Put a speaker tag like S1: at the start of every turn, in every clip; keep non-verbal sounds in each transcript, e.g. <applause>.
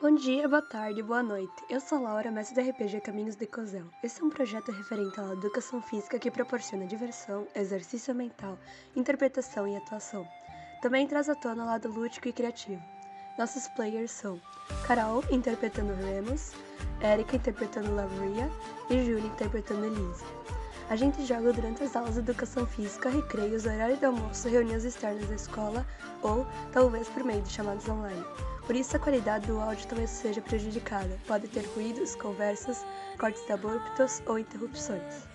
S1: Bom dia, boa tarde, boa noite. Eu sou Laura, mestre do RPG Caminhos de Cosel. Esse é um projeto referente à educação física que proporciona diversão, exercício mental, interpretação e atuação. Também traz à tona o lado lúdico e criativo. Nossos players são Carol, interpretando Remus, Erika, interpretando Lavria e Júlia, interpretando Elise. A gente joga durante as aulas de educação física, recreios, horário de almoço, reuniões externas da escola ou, talvez, por meio de chamadas online. Por isso, a qualidade do áudio talvez seja prejudicada. Pode ter ruídos, conversas, cortes abruptos ou interrupções.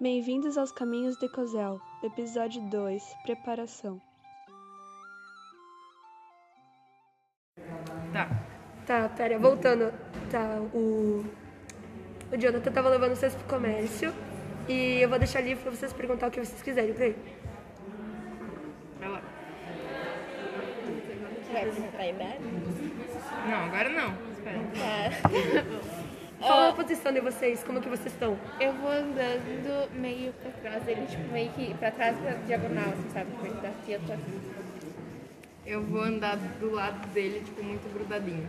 S1: Bem-vindos aos Caminhos de Cosel, episódio 2 Preparação.
S2: Tá.
S1: Tá, pera, voltando. Tá, o. O Jonathan tava levando vocês pro comércio e eu vou deixar livre pra vocês perguntar o que vocês quiserem, ok?
S2: Vai lá.
S3: Vai perguntar a idade?
S2: Não, agora não. Espera.
S3: Tá.
S1: Fala a posição de vocês, como que vocês estão?
S3: Eu vou andando meio pra trás, ele tipo meio que pra trás da diagonal, assim, sabe? Perto da teta.
S2: Eu vou andar do lado dele, tipo, muito grudadinho.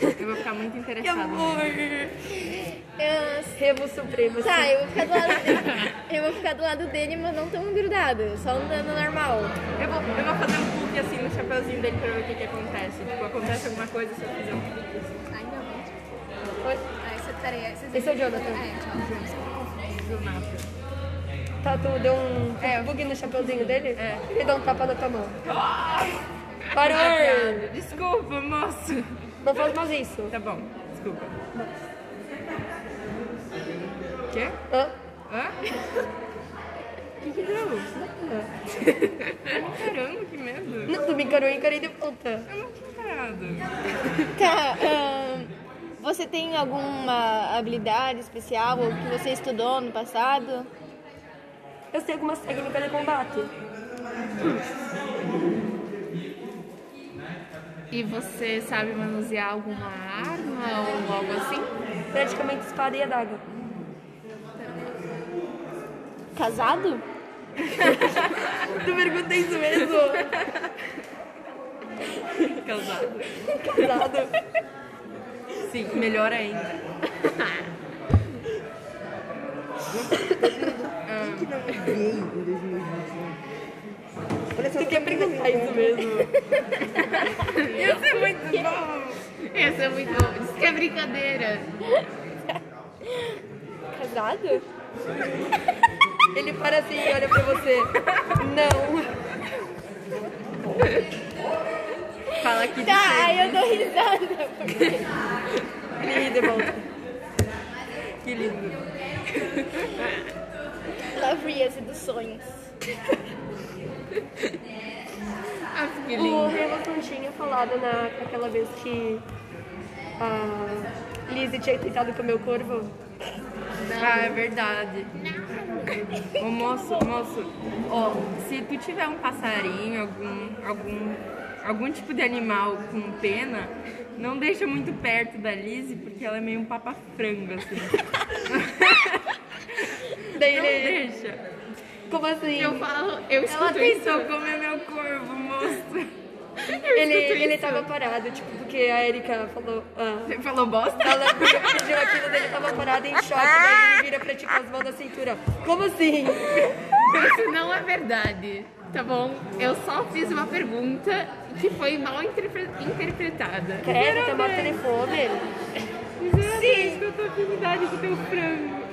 S2: Eu vou
S1: <laughs>
S2: ficar muito interessada. nele.
S3: Eu-
S1: Remo Supremo.
S3: Tá, eu vou ficar do lado <laughs> dele. Eu vou ficar do lado dele, mas não tão grudado, só andando normal.
S2: Eu vou, eu vou fazer um clique assim no chapeuzinho dele pra ver o que, que acontece. Tipo, acontece alguma coisa se eu fizer um clique assim.
S1: Esse é o Jonathan.
S2: Do nada.
S1: Tá, tu deu um bug no chapeuzinho dele? É. Tá Ele dá um tapa na tua <laughs> mão. Parou!
S2: Obrigada. Desculpa, moço.
S1: Não faz mais isso.
S2: Tá bom, desculpa. Quê?
S1: Hã?
S2: Hã? O que que deu? <laughs> Caramba, que medo.
S1: Não, tu me encarou e encarei de volta.
S2: Eu não tinha encarado.
S3: Tá, ahn, você tem alguma habilidade especial ou que você estudou no passado?
S1: Eu sei algumas técnicas de combate.
S2: E você sabe manusear alguma arma ou algo assim?
S1: Praticamente espada e adaga.
S3: Casado?
S1: Tu pergunta isso mesmo?
S2: <laughs> Casado.
S1: Casado.
S2: Sim, melhor ainda.
S1: Tu quer perguntar isso mesmo?
S2: Isso é muito bom! Isso é muito bom. Isso que é brincadeira.
S1: Casado? Ele para assim e olha pra você. Não.
S2: Fala que
S3: Tá, aí eu dou risada. porque-
S1: Ele ri de volta.
S2: Que lindo.
S3: Lavria seduções.
S2: Ah, que
S1: O
S2: lindo.
S1: Ramos não tinha falado na, naquela vez que a Lizzie tinha tentado comer o corvo.
S2: Ah, é verdade. Ô moço, moço, ó, se tu tiver um passarinho, algum, algum, algum tipo de animal com pena, não deixa muito perto da Lizzie, porque ela é meio um
S1: <laughs>
S2: papa-frango, assim.
S1: Daí
S2: Não
S1: ele,
S2: deixa.
S1: né? como assim?
S4: Eu falo, eu
S2: Ela
S4: escuto isso.
S2: tentou comer meu corvo, moço.
S1: ele, ele tava parado, tipo, porque a Erika falou. ah,
S2: Você falou bosta?
S1: ela <laughs> pediu aquilo dele, tava parado em choque, daí ele vira pra ti com as mãos da cintura. Como assim?
S4: Isso não é verdade, tá bom? Eu só fiz uma pergunta que foi mal interpre- interpretada.
S1: Erika, tá o telefone.
S2: Sim. que eu tô afinidade com teu frango.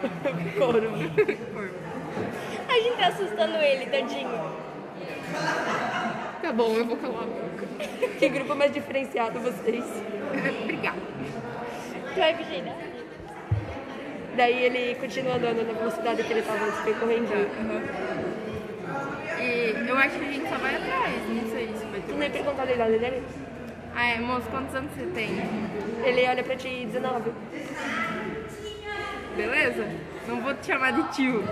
S2: Corvo.
S3: A gente tá assustando ele, tadinho.
S4: Tá bom, eu vou calar a boca.
S1: Que grupo mais diferenciado vocês.
S2: <laughs> Obrigada.
S3: Tu é vai vigiar?
S1: Daí ele continua andando na velocidade que ele tava antes, foi correndo.
S2: E eu acho que a gente só vai atrás, não sei se vai
S1: Tu
S2: ter
S1: nem
S2: mais.
S1: perguntou a idade dele?
S2: Ah, é, moço, quantos anos você tem?
S1: né? Ele olha pra ti e 19.
S2: Beleza? Não vou te chamar de tio.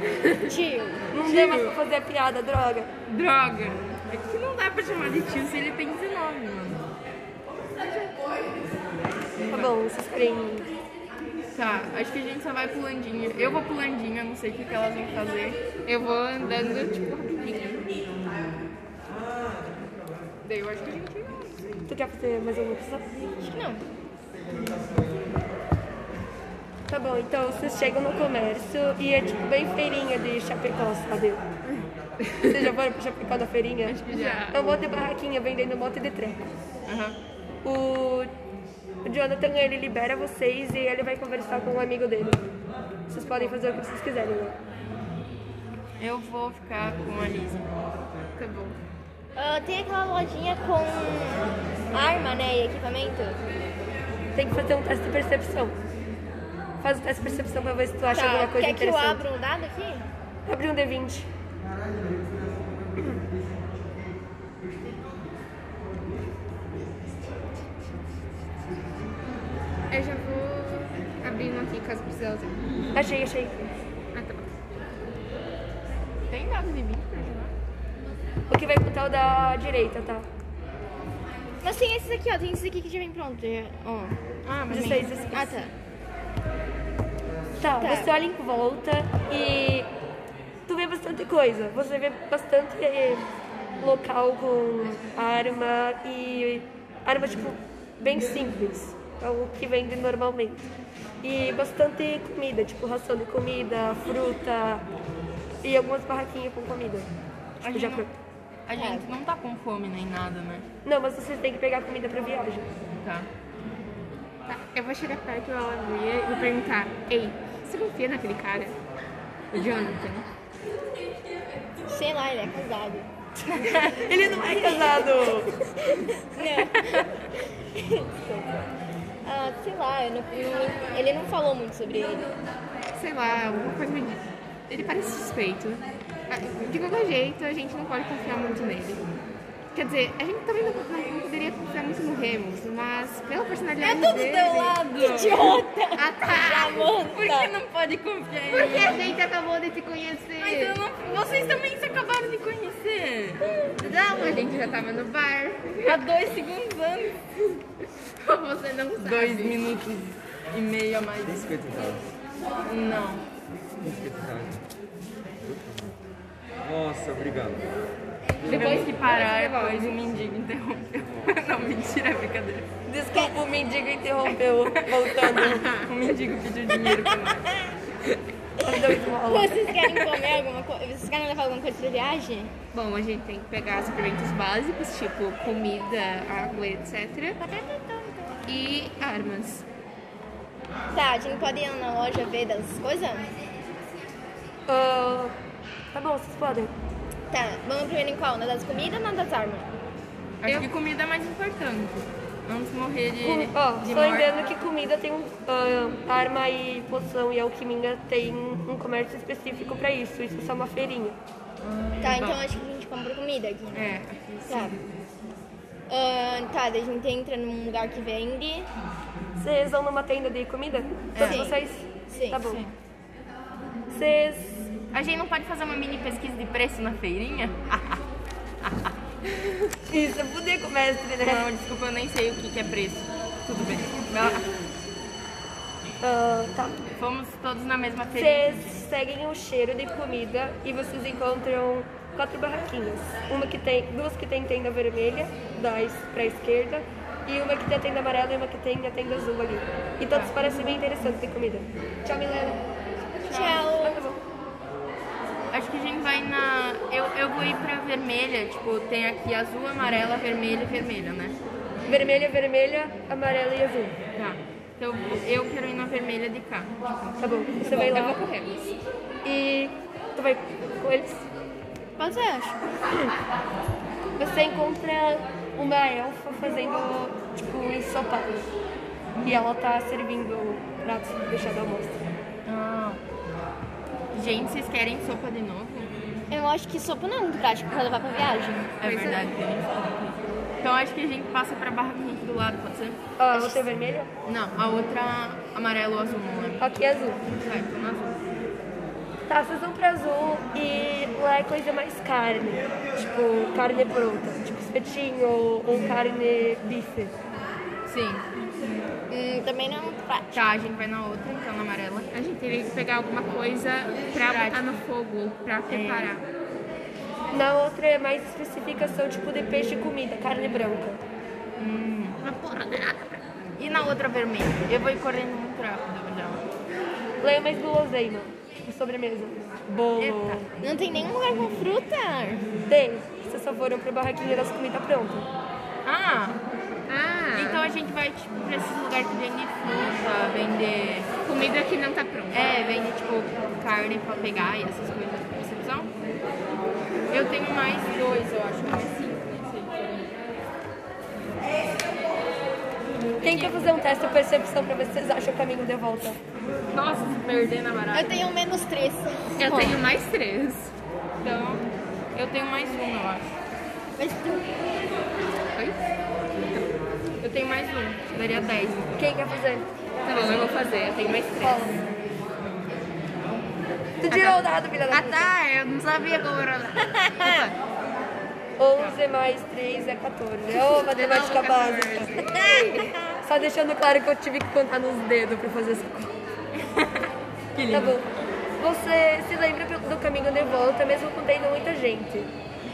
S2: <laughs>
S3: Tio.
S1: Não deu mais pra fazer a piada, droga.
S2: Droga. É que não dá pra chamar de tio se ele tem 19, mano.
S1: Tá bom, vocês querem.
S2: Tá, acho que a gente só vai pro Landinho. Eu vou pro Landinho, eu não sei o que, que elas vão fazer.
S4: Eu vou andando, tipo, rapidinho.
S2: Daí eu acho que a gente.
S1: Tu quer fazer mais alguma coisa?
S2: Acho que não.
S1: Tá bom, então vocês chegam no comércio e é tipo bem feirinha de Chapecó, sabe? Vocês já foram pra Chapecó na feirinha? Acho que
S4: já.
S1: É um monte de barraquinha vendendo um monte de treco.
S2: Aham.
S1: O... o Jonathan, ele libera vocês e ele vai conversar com um amigo dele. Vocês podem fazer o que vocês quiserem, né?
S2: Eu vou ficar com a Lisa.
S4: Tá bom.
S3: Ah, tem aquela lojinha com arma, né? E equipamento.
S1: Tem que fazer um teste de percepção. Faz o teste de percepção pra ver se tu acha
S3: Tá,
S1: alguma coisa
S3: quer que eu
S1: interessante.
S3: abra um dado aqui?
S1: Abre um D20.
S4: Eu já vou abrir um aqui caso precise usar.
S1: Achei, achei.
S4: Ah, tá bom.
S2: Tem dado de 20 pra jogar?
S1: O que vai contar é o da direita, tá?
S3: Mas tem esses aqui, ó. Tem esses aqui que já vem pronto. já- Ó.
S2: Ah, mas.
S1: Dezesseis,
S2: tem-
S1: dezesseis.
S3: Ah, tá.
S1: Tá,
S3: Tá.
S1: você olha em volta e tu vê bastante coisa. Você vê bastante eh, local com arma e arma tipo bem simples, algo que vende normalmente. E bastante comida, tipo ração de comida, fruta e algumas barraquinhas com comida.
S2: A
S1: Tipo, já
S2: gente,
S1: foi.
S2: não, a gente não tá com fome nem nada, né?
S1: Não, mas vocês têm que pegar comida pra viagem.
S2: Tá.
S4: Tá, Eu vou chegar perto da Alamia e vou perguntar: Ei, você confia naquele cara? O Jonathan.
S3: Sei lá, ele é casado.
S1: Ele não é casado!
S3: É. <laughs> Ah, sei lá, eu não- eu- ele não falou muito sobre ele.
S4: Sei lá, alguma coisa me. Ele parece suspeito. Ah, De qualquer jeito, a gente não pode confiar muito nele. Quer dizer, a gente também não, não poderia confiar muito no Remus, mas pela
S2: É
S4: personalidade
S3: Eu tô do
S4: dele.
S3: teu
S1: Ah,
S3: lado, idiota!
S4: Ah, tá.
S2: Por que
S3: Amanda!
S2: não pode confiar em
S4: Porque a gente acabou de te conhecer.
S2: Mas eu não... Vocês também se acabaram de conhecer.
S4: Não, a gente já tava no bar.
S2: Há dois segundos antes.
S4: Você não sabe.
S2: Dois minutos e meio a mais.
S5: Tem 50 reais.
S2: Não.
S5: Tem 50 reais. Nossa, obrigado.
S2: Depois que parar, depois o mendigo
S4: <laughs>
S2: interrompeu. Não, mentira, é brincadeira.
S1: Desculpa, o mendigo interrompeu, voltando.
S2: O mendigo pediu dinheiro pra nós.
S3: <laughs> Vocês querem comer alguma coisa? Vocês querem levar alguma coisa pra viagem?
S4: Bom, a gente tem que pegar suplementos básicos, tipo comida, água, etc. E armas.
S3: Tá, a gente pode ir na loja ver dessas coisas?
S1: Ah, tá bom, vocês podem.
S3: Tá, vamos primeiro em qual? Na das comidas ou na das armas?
S2: Acho que comida é mais importante. Vamos morrer de,
S1: Com- Ó, só
S2: de morte.
S1: lembrando que comida tem um, ah, arma e poção e alquimia tem um comércio específico pra isso. Isso é só uma feirinha.
S3: Tá, então acho que a gente compra comida aqui, né?
S2: É, aqui
S3: Tá. Ah, tá, daí a gente entra num lugar que vende.
S1: Vocês vão numa tenda de comida? Todos
S3: Sim.
S1: vocês?
S3: Sim,
S1: Tá bom.
S2: É. sim.
S1: Vocês.
S2: A gente não pode fazer uma mini pesquisa de preço na feirinha?
S1: Isso, eu fudei com o mestre, né?
S2: Não, desculpa, eu nem sei o que, que é preço. Tudo bem. Mas
S1: Ah, tá.
S2: Fomos todos na mesma feirinha.
S1: Vocês seguem o cheiro de comida e vocês encontram quatro barraquinhas. Uma que tem, duas que tem tenda vermelha, da es- pra esquerda, e uma que tem a tenda amarela e uma que tem a tenda azul ali. E todas parecem bem interessantes de comida. Tchau, Milena.
S3: Tchau.
S2: Acho que a gente vai na. Eu, eu vou ir pra vermelha. Tipo, tem aqui azul, amarela, vermelha e vermelha, né?
S1: Vermelha, vermelha, amarela e azul.
S2: Tá. Então eu quero ir na vermelha de cá.
S1: Tá bom, você vai
S2: Eu
S1: lá
S2: vou correr.
S1: e tu vai com eles.
S3: Pode ser, acho.
S1: Você encontra uma elfa fazendo, tipo, um ensopado. E ela tá servindo pratos deixados ao almoço.
S2: Ah. Gente, vocês querem sopa de novo?
S3: Eu acho que sopa não é muito prático pra levar pra viagem.
S2: É verdade. tem sopa. Então acho que a gente passa pra barraquinha aqui do lado, pode ser?
S1: Ó, a outra é vermelha,
S2: Não, a outra amarelo ou azul, não lembro.
S1: aqui é azul.
S2: Vai, então azul.
S1: Tá, vocês vão pra azul e lá é coisa mais carne. Tipo, carne pronta. Tipo, espetinho ou carne bife.
S2: Sim.
S3: Hum, também não é muito prático.
S2: Tá, a gente vai na outra, então na amarela. É.
S4: A gente teria que pegar alguma coisa pra botar no fogo, pra preparar.
S6: Na outra é mais especificação, tipo de peixe e comida, carne branca.
S4: Uma porra danada. E na outra vermelha. Eu vou ir correndo muito rápido dela.
S1: é
S6: Leia mais guloseima, de sobremesa.
S2: Bolo.
S3: Não tem nenhum lugar com fruta?
S6: Tem, vocês só foram pra barraquinha das comidas prontas.
S2: Ah,
S4: Ah,
S2: então a gente vai, tipo, pra esses lugares que vende fruta, vender...
S4: comida que não tá pronta.
S2: É, vende, tipo, carne pra pegar e essas coisas de recepção. Eu tenho mais dois, eu acho, mais cinco. não sei, por
S6: Tenta fazer um teste de percepção pra ver se vocês acham o caminho de volta.
S2: aí. Nossa, se perder na barata.
S3: Eu tenho menos três.
S4: Eu tenho mais três.
S2: Então, eu tenho mais um, eu acho.
S3: Mas tu-
S2: Eu tenho mais um, daria dez.
S6: Quem quer fazer?
S2: Tá bom, eu vou fazer, eu tenho mais três.
S6: Tu tirou o dado, filha da
S4: Ah
S6: puta.
S4: tá, eu não sabia como era lá.
S2: Tá.
S6: 11 mais 3 é 14. É ô, matemática básica. Só deixando claro que eu tive que contar nos dedos pra fazer essa coisa. Tá bom. Você se lembra do caminho de volta, mesmo contendo muita gente.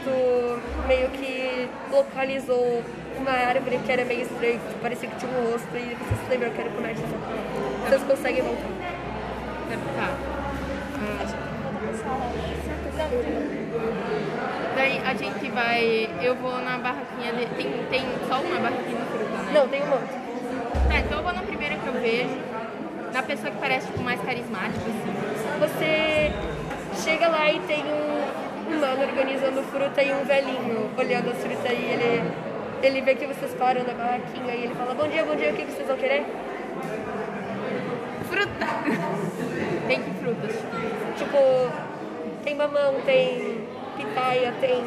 S6: Tu meio que localizou uma árvore que era meio estranha, que parecia que tinha um rosto, e você se lembrou que era por mais Vocês conseguem voltar.
S2: Ah. Daí a gente vai. Eu vou na barraquinha de. Tem, tem só uma barraquinha de fruta, né?
S6: Não, tem um monte.
S2: Tá, então eu vou na primeira que eu vejo. Na pessoa que parece tipo, mais carismática, assim.
S6: Você chega lá e tem um humano organizando fruta e um velhinho olhando as frutas e ele, ele vê que vocês param na barraquinha e ele fala, bom dia, bom dia, o que que vocês vão querer?
S2: Tem que frutas.
S6: Tipo, tem mamão, tem pitaia, tem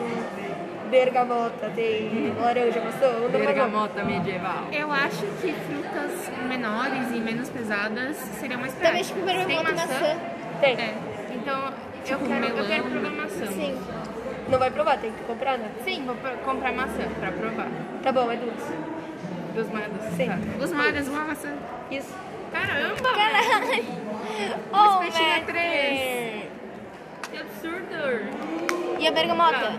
S6: bergamota, tem laranja, maçã, ou não mamão.
S2: Bergamota medieval.
S4: Eu acho que frutas menores e menos pesadas seriam mais práticas.
S3: Também acho
S6: tipo
S3: que primeiro eu
S4: Tem
S3: boto maçã.
S6: Tem.
S4: É.
S2: Então eu
S4: Tipo,
S2: quero, eu
S4: melão.
S2: quero provar maçã.
S3: Sim.
S6: Não vai provar, tem que comprar, né?
S2: Sim, vou pro- comprar maçã pra provar.
S6: Tá bom, é duas.
S2: Dos mados.
S6: Sim.
S2: tá.
S4: Os magas, uma maçã.
S6: Isso.
S2: Caramba!
S3: Caralho.
S4: Mas
S3: Oh,
S4: peixinho é
S3: mestre.
S4: três.
S2: Que absurdo!
S3: é E a bergamota?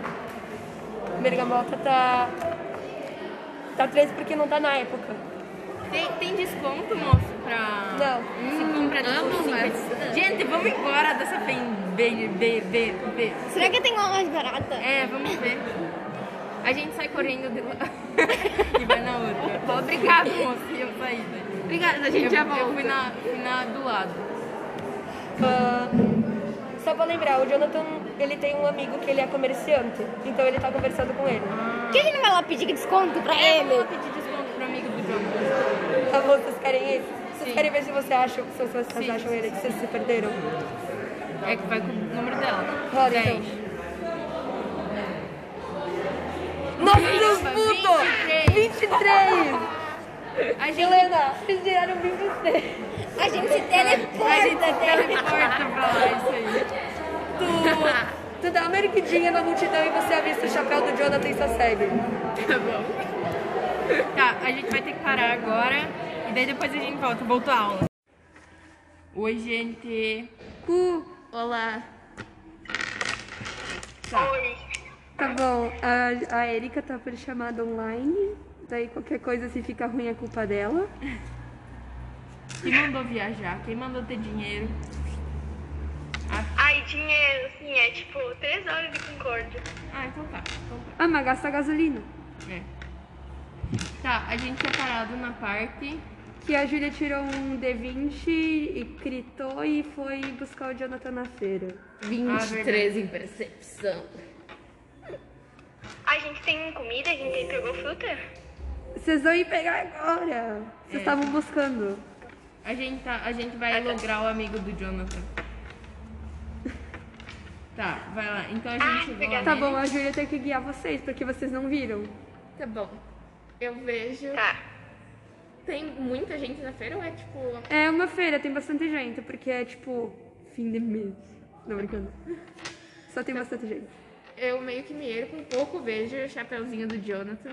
S6: Bergamota tá... Tá três porque não tá na época.
S2: Tem, tem desconto, moço, pra.
S6: Não.
S2: Se comprar tipo,
S4: amo
S2: 50.
S4: maçã.
S2: Gente, vamos embora dessa pen. B, B, B, B.
S3: Será que tem uma mais barata?
S2: É, vamos ver. A gente sai correndo de lá <laughs> e vai na
S4: <laughs>
S2: outra. Obrigada, moça, e eu saí. daí.
S4: Obrigada, a gente
S2: eu,
S4: já
S2: Eu fui
S4: volta.
S2: na, fui na do lado.
S6: Ah, só pra lembrar, o Jonathan, ele tem um amigo que ele é comerciante, então ele tá conversando com ele.
S2: Ah.
S3: Por que ele não vai lá pedir desconto pra
S2: Vou
S3: ele?
S2: pedir desconto pro amigo do Jonathan.
S6: Tá bom, vocês querem ele? Vocês
S2: Sim.
S6: querem ver se você acha, se vocês
S2: Sim.
S6: acham ele, que vocês se perderam.
S2: É que vai com o número dela.
S6: Roda,
S2: Dez.
S6: então. Nossa, Deus
S2: Caramba,
S6: puto! 23! <laughs>
S2: A gente,
S6: Helena, vocês geraram 23.
S2: a
S3: A gente se
S2: gente
S3: teleporta dele.
S2: teleporta pra lá, isso aí.
S6: Tu, tu dá uma erguidinha na multidão e você avista o chapéu do Jonathan e só segue.
S2: Tá bom. Tá, a gente vai ter que parar agora e daí depois a gente volta. Voltou a aula. Oi, gente.
S6: Uh,
S4: Olá.
S2: Tá.
S6: tá bom, a, a Erika tá por chamada online, daí qualquer coisa se fica ruim é culpa dela.
S2: Quem mandou viajar? Quem mandou ter dinheiro? Ah.
S7: Ai, dinheiro, sim, é tipo três horas de concórdia.
S2: Ah, então tá. Então tá.
S6: Ah, mas gasta gasolina.
S2: É. Tá, a gente é parado na parte.
S6: Que a Júlia tirou um D20 e gritou e foi buscar o Jonathan na feira.
S2: Ah, 23
S4: em percepção.
S7: A gente tem comida, a gente pegou fruta?
S6: Vocês vão ir pegar agora! Vocês estavam buscando.
S2: A gente, tá, a gente vai lograr o amigo do Jonathan. Tá, vai lá. Então a gente vai.
S6: Tá bom, a Júlia tem que guiar vocês, porque vocês não viram.
S4: Tá bom. Eu vejo.
S7: Tá.
S4: Tem muita gente na feira ou é tipo.
S6: É uma feira, tem bastante gente, porque é tipo fim de mês. Não brincando. Só tem bastante gente.
S4: Eu meio que me ergo um pouco, vejo o chapeuzinho do Jonathan.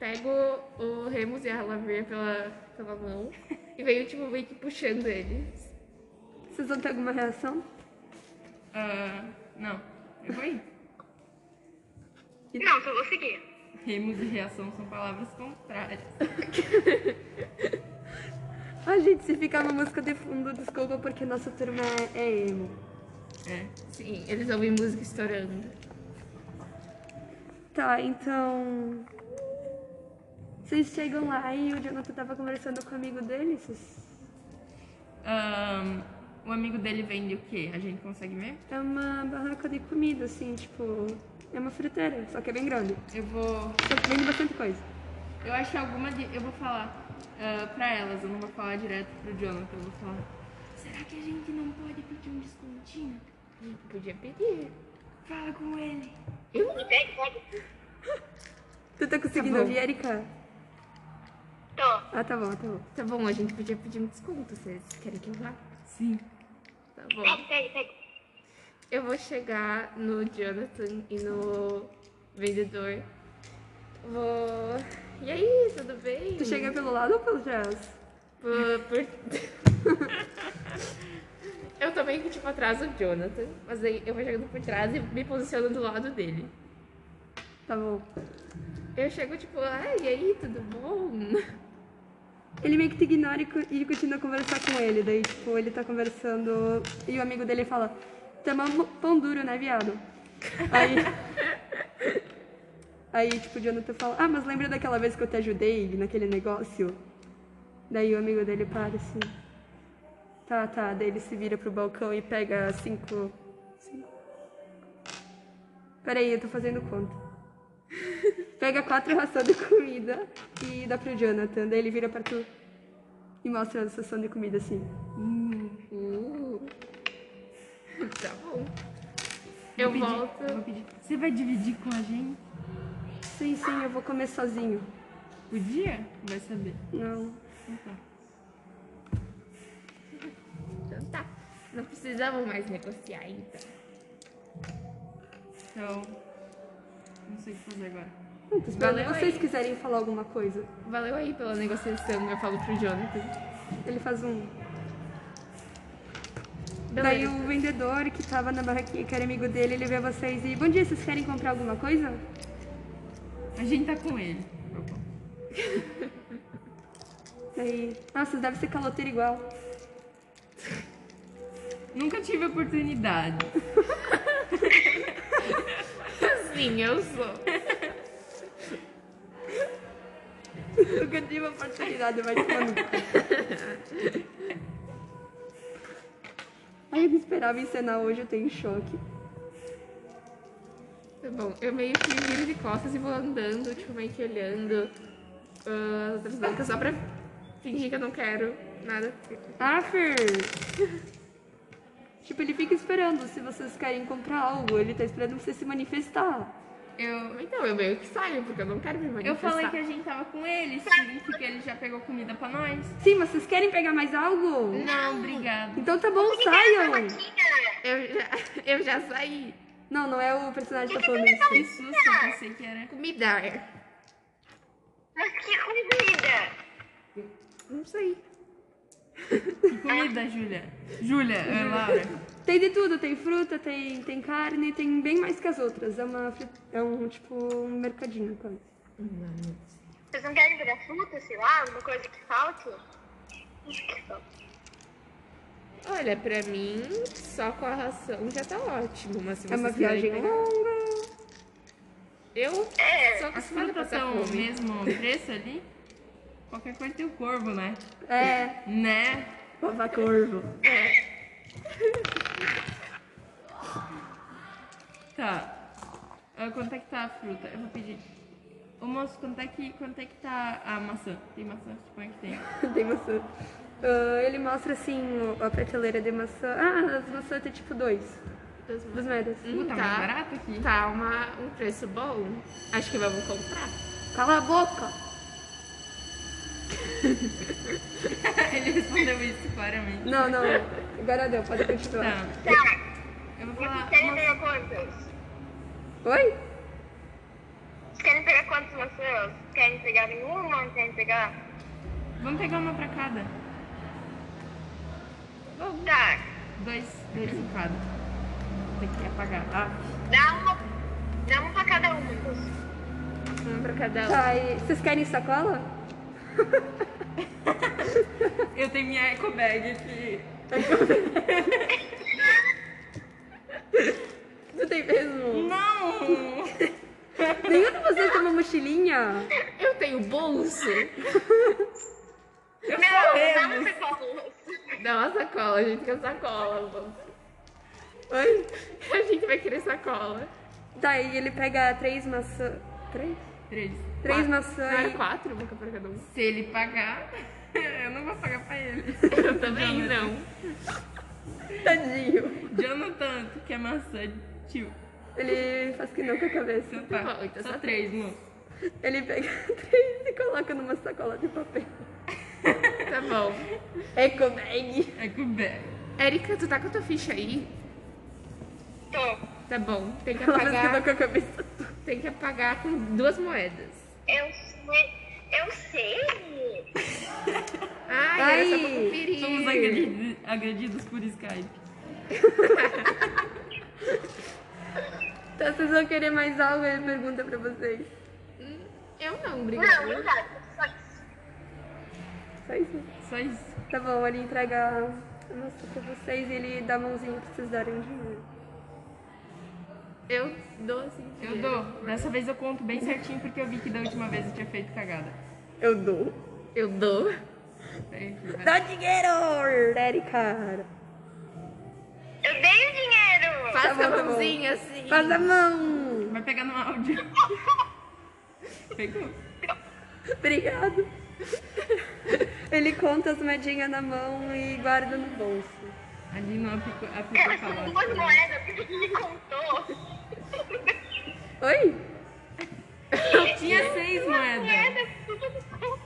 S4: Pego o Remus e a Laver pela, pela mão. E venho, tipo, meio que puxando ele.
S6: Vocês vão ter alguma reação?
S2: Ah, não. Eu vou ir.
S1: aqui.
S7: Não, só vou seguir.
S2: Remos e reação são palavras contrárias.
S6: Ah, gente, se ficar uma música de fundo, desculpa, porque nossa turma é, é emo.
S2: É.
S4: Sim, eles ouvem música estourando.
S6: Tá, então. Vocês chegam lá e o Jonathan tava conversando com o amigo dele, vocês-
S2: Ahn, o amigo dele vende o quê? A gente consegue ver? Tá,
S6: É uma barraca de comida, assim, tipo. É uma fruteira, só que é bem grande.
S2: Eu vou.
S6: Só que vende bastante coisa.
S2: Eu acho alguma. De, eu vou falar ah, pra elas, eu não vou falar direto pro Jonathan, eu vou falar. Será que a gente não pode pedir um descontinho?
S4: Podia pedir.
S2: Fala com ele.
S6: Tu tá conseguindo ouvir, Erika?
S7: Tô.
S6: Ah, tá bom, tá bom.
S4: Tá bom, a gente podia pedir um desconto. Vocês querem que eu vá?
S2: Sim.
S4: Tá bom.
S7: Pega, pega, pega.
S4: Eu vou chegar no Jonathan e no vendedor. Vou. E aí, tudo bem?
S6: Tu chega pelo lado ou pelo trás?
S4: Por- <laughs> por- eu também que tipo atrás do Jonathan, mas aí eu vou chegando por trás e me posiciono do lado dele.
S6: Tá bom.
S4: Eu chego tipo, ah, e aí, tudo bom?
S6: <laughs> Ele meio que te ignora e, co- e continua a conversar com ele. Daí, tipo, ele tá conversando e o amigo dele fala: Tá mó mo- pão duro, né, viado? Aí. <laughs> Aí, tipo, o Jonathan fala: Ah, mas lembra daquela vez que eu te ajudei naquele negócio? Daí o amigo dele para assim. Tá, tá. Daí ele se vira pro balcão e pega cinco. cinco. Peraí, eu tô fazendo conta. Pega quatro rações de comida e dá pro Jonathan. Daí ele vira pra tu e mostra a ração de comida assim.
S4: Tá bom. Eu volto.
S2: Eu vou pedir. Você vai dividir com a gente?
S6: Sim, sim, eu vou comer sozinho.
S2: Podia? Vai saber.
S6: Não.
S4: Então tá. Não precisavam mais negociar então.
S2: Então. Não sei o que fazer agora.
S6: Não, tô esperando
S4: Valeu
S6: vocês
S4: aí.
S6: quiserem falar alguma coisa.
S4: Valeu aí pela negociação, eu falo pro Jonathan.
S6: Ele faz um. Daí
S4: Beleza.
S6: o vendedor que tava na barraquinha, que era amigo dele, ele vê vocês e. Bom dia, vocês querem comprar alguma coisa?
S2: A gente tá com ele.
S6: Daí. Nossa, deve ser caloteiro igual.
S2: Nunca tive oportunidade.
S4: Sim, eu sou.
S6: Nunca tive oportunidade, vai quando. Aí eu não esperava encenar hoje, eu tenho choque.
S4: Tá bom, eu meio que viro de costas e vou andando, tipo, meio que olhando ah, as outras bancas só pra fingir que eu não quero nada.
S6: Afer! tipo, ele fica esperando se vocês querem comprar algo. Ele tá esperando você se manifestar.
S2: Eu.
S4: Então, eu meio que saio, porque eu não quero me
S2: Eu
S4: manifestar.
S2: falei que a gente tava com ele, significa que ele já pegou comida pra nós.
S6: Sim, mas vocês querem pegar mais algo?
S2: Não, obrigada.
S6: Então tá bom, saiam!
S4: Eu já, eu já saí.
S6: Não, não é o personagem que tá falando isso.
S2: Que susto, eu pensei que era.
S4: Comida.
S7: Mas que comida!
S4: Não sei.
S2: Que comida, Júlia? Júlia, é Laura.
S6: Tem de tudo, tem fruta, tem, tem carne, tem bem mais que as outras. É uma fri- é um tipo um mercadinho quase.
S7: Vocês não querem pegar fruta, sei lá, alguma coisa que falte?
S4: Olha, pra mim, só com a ração já tá ótimo. Mas se
S6: É uma
S4: vocês quiserem
S6: viagem
S4: pegar-
S6: longa.
S4: Eu sou
S2: As
S4: Tá acostumada a
S2: frutas
S4: passar
S2: estão o
S4: fome.
S2: mesmo preço ali? Qualquer coisa tem o corvo, né?
S6: É,
S2: Né? É.
S6: vovó corvo.
S2: Tá. Ah, quanto é que tá a fruta? Eu vou pedir. Ô moço, quanto é que, quanto é que tá a maçã? Tem maçã? Suponho que tem.
S6: tem maçã. Ah, ele mostra assim o- a prateleira de maçã. Ah, as maçãs tem tipo dois. Duas meras.
S4: Hum,
S2: Tá, mais
S4: tá,
S2: barato aqui?
S4: tá uma, um preço bom. Acho que vamos comprar.
S6: Cala a boca!
S2: <laughs> Ele respondeu isso claramente.
S6: Não, não. Agora deu, pode continuar.
S2: Tá. Eu vou falar.
S7: Querem
S2: moço,
S7: pegar quantas?
S6: Oi?
S7: Vocês querem pegar quantas maçãs? Querem pegar nenhuma? Querem pegar.
S2: Vamos pegar uma pra cada.
S7: Tá,
S2: Dois, dois em cada. Tem que apagar. Ah,
S7: dá uma. Dá um pra cada um. então.
S4: Um pra cada um.
S6: Tá, e vocês querem sacola?
S2: Eu tenho minha eco bag aqui.
S6: Não tem mesmo?
S2: Não!
S6: Nenhum de vocês tem uma mochilinha?
S4: Eu tenho bolso.
S7: Não, dá uma sacola.
S6: né?
S4: Dá uma sacola, a gente quer sacola. bolso.
S6: Oi?
S4: <laughs> A gente vai querer sacola.
S6: Tá, e ele pega três maçãs. Três?
S2: Três.
S6: Três
S4: Não é
S6: maçãs.
S4: quatro, boca pra cada um.
S2: Se ele pagar, <laughs> eu não vou pagar pra ele.
S4: Eu
S6: Tá
S4: também não.
S6: e- Tadinho.
S2: Jonathan, tu quer maçã? Tio,
S6: Ele faz que não com a cabeça.
S2: tu tá.
S4: bom, então
S2: Só
S4: só
S2: três, moço.
S6: Ele pega três e coloca numa sacola de papel.
S4: Tá bom.
S6: Eco bag.
S2: Eco bag.
S4: Érica, tu tá com a tua ficha aí?
S7: Tô.
S4: Tá bom. Tem que
S6: Ela faz que não
S4: apagar,
S6: com a cabeça.
S4: tem que apagar com duas moedas.
S7: Eu sei. Eu sei.
S4: Ai,
S6: Ai,
S4: era só pra conferir.
S2: Somos agredi- agredidos por Skype.
S6: Tá, vocês vão querer mais algo? Ele pergunta pra vocês.
S4: Eu não,
S7: Não,
S4: obrigada.
S7: não dá. Só isso.
S6: Só isso?
S2: Só isso.
S6: Tá bom, ele entrega a maçã pra vocês e ele dá a mãozinha pra vocês darem um dinheiro.
S4: Eu dou assim.
S2: Eu dou. Dessa vez eu conto bem certinho porque eu vi que da última vez eu tinha feito cagada.
S6: Eu dou.
S4: Eu dou.
S2: Peraí, vai.
S6: Dá dinheiro, Erika.
S7: Eu dei o dinheiro.
S4: Passa
S6: bom,
S4: a
S6: tá bom.
S4: mãozinha assim.
S6: Faz a mão.
S2: Vai pegar no áudio. <laughs> Pegou.
S6: Obrigado. Ele conta as moedinhas na mão e guarda no bolso.
S2: Ali não aplicou, aplicou
S7: Cara, são
S2: calote.
S7: duas moedas. Por que ele contou?
S6: Oi?
S2: Tinha seis moedas.
S7: Moeda, por que ele contou?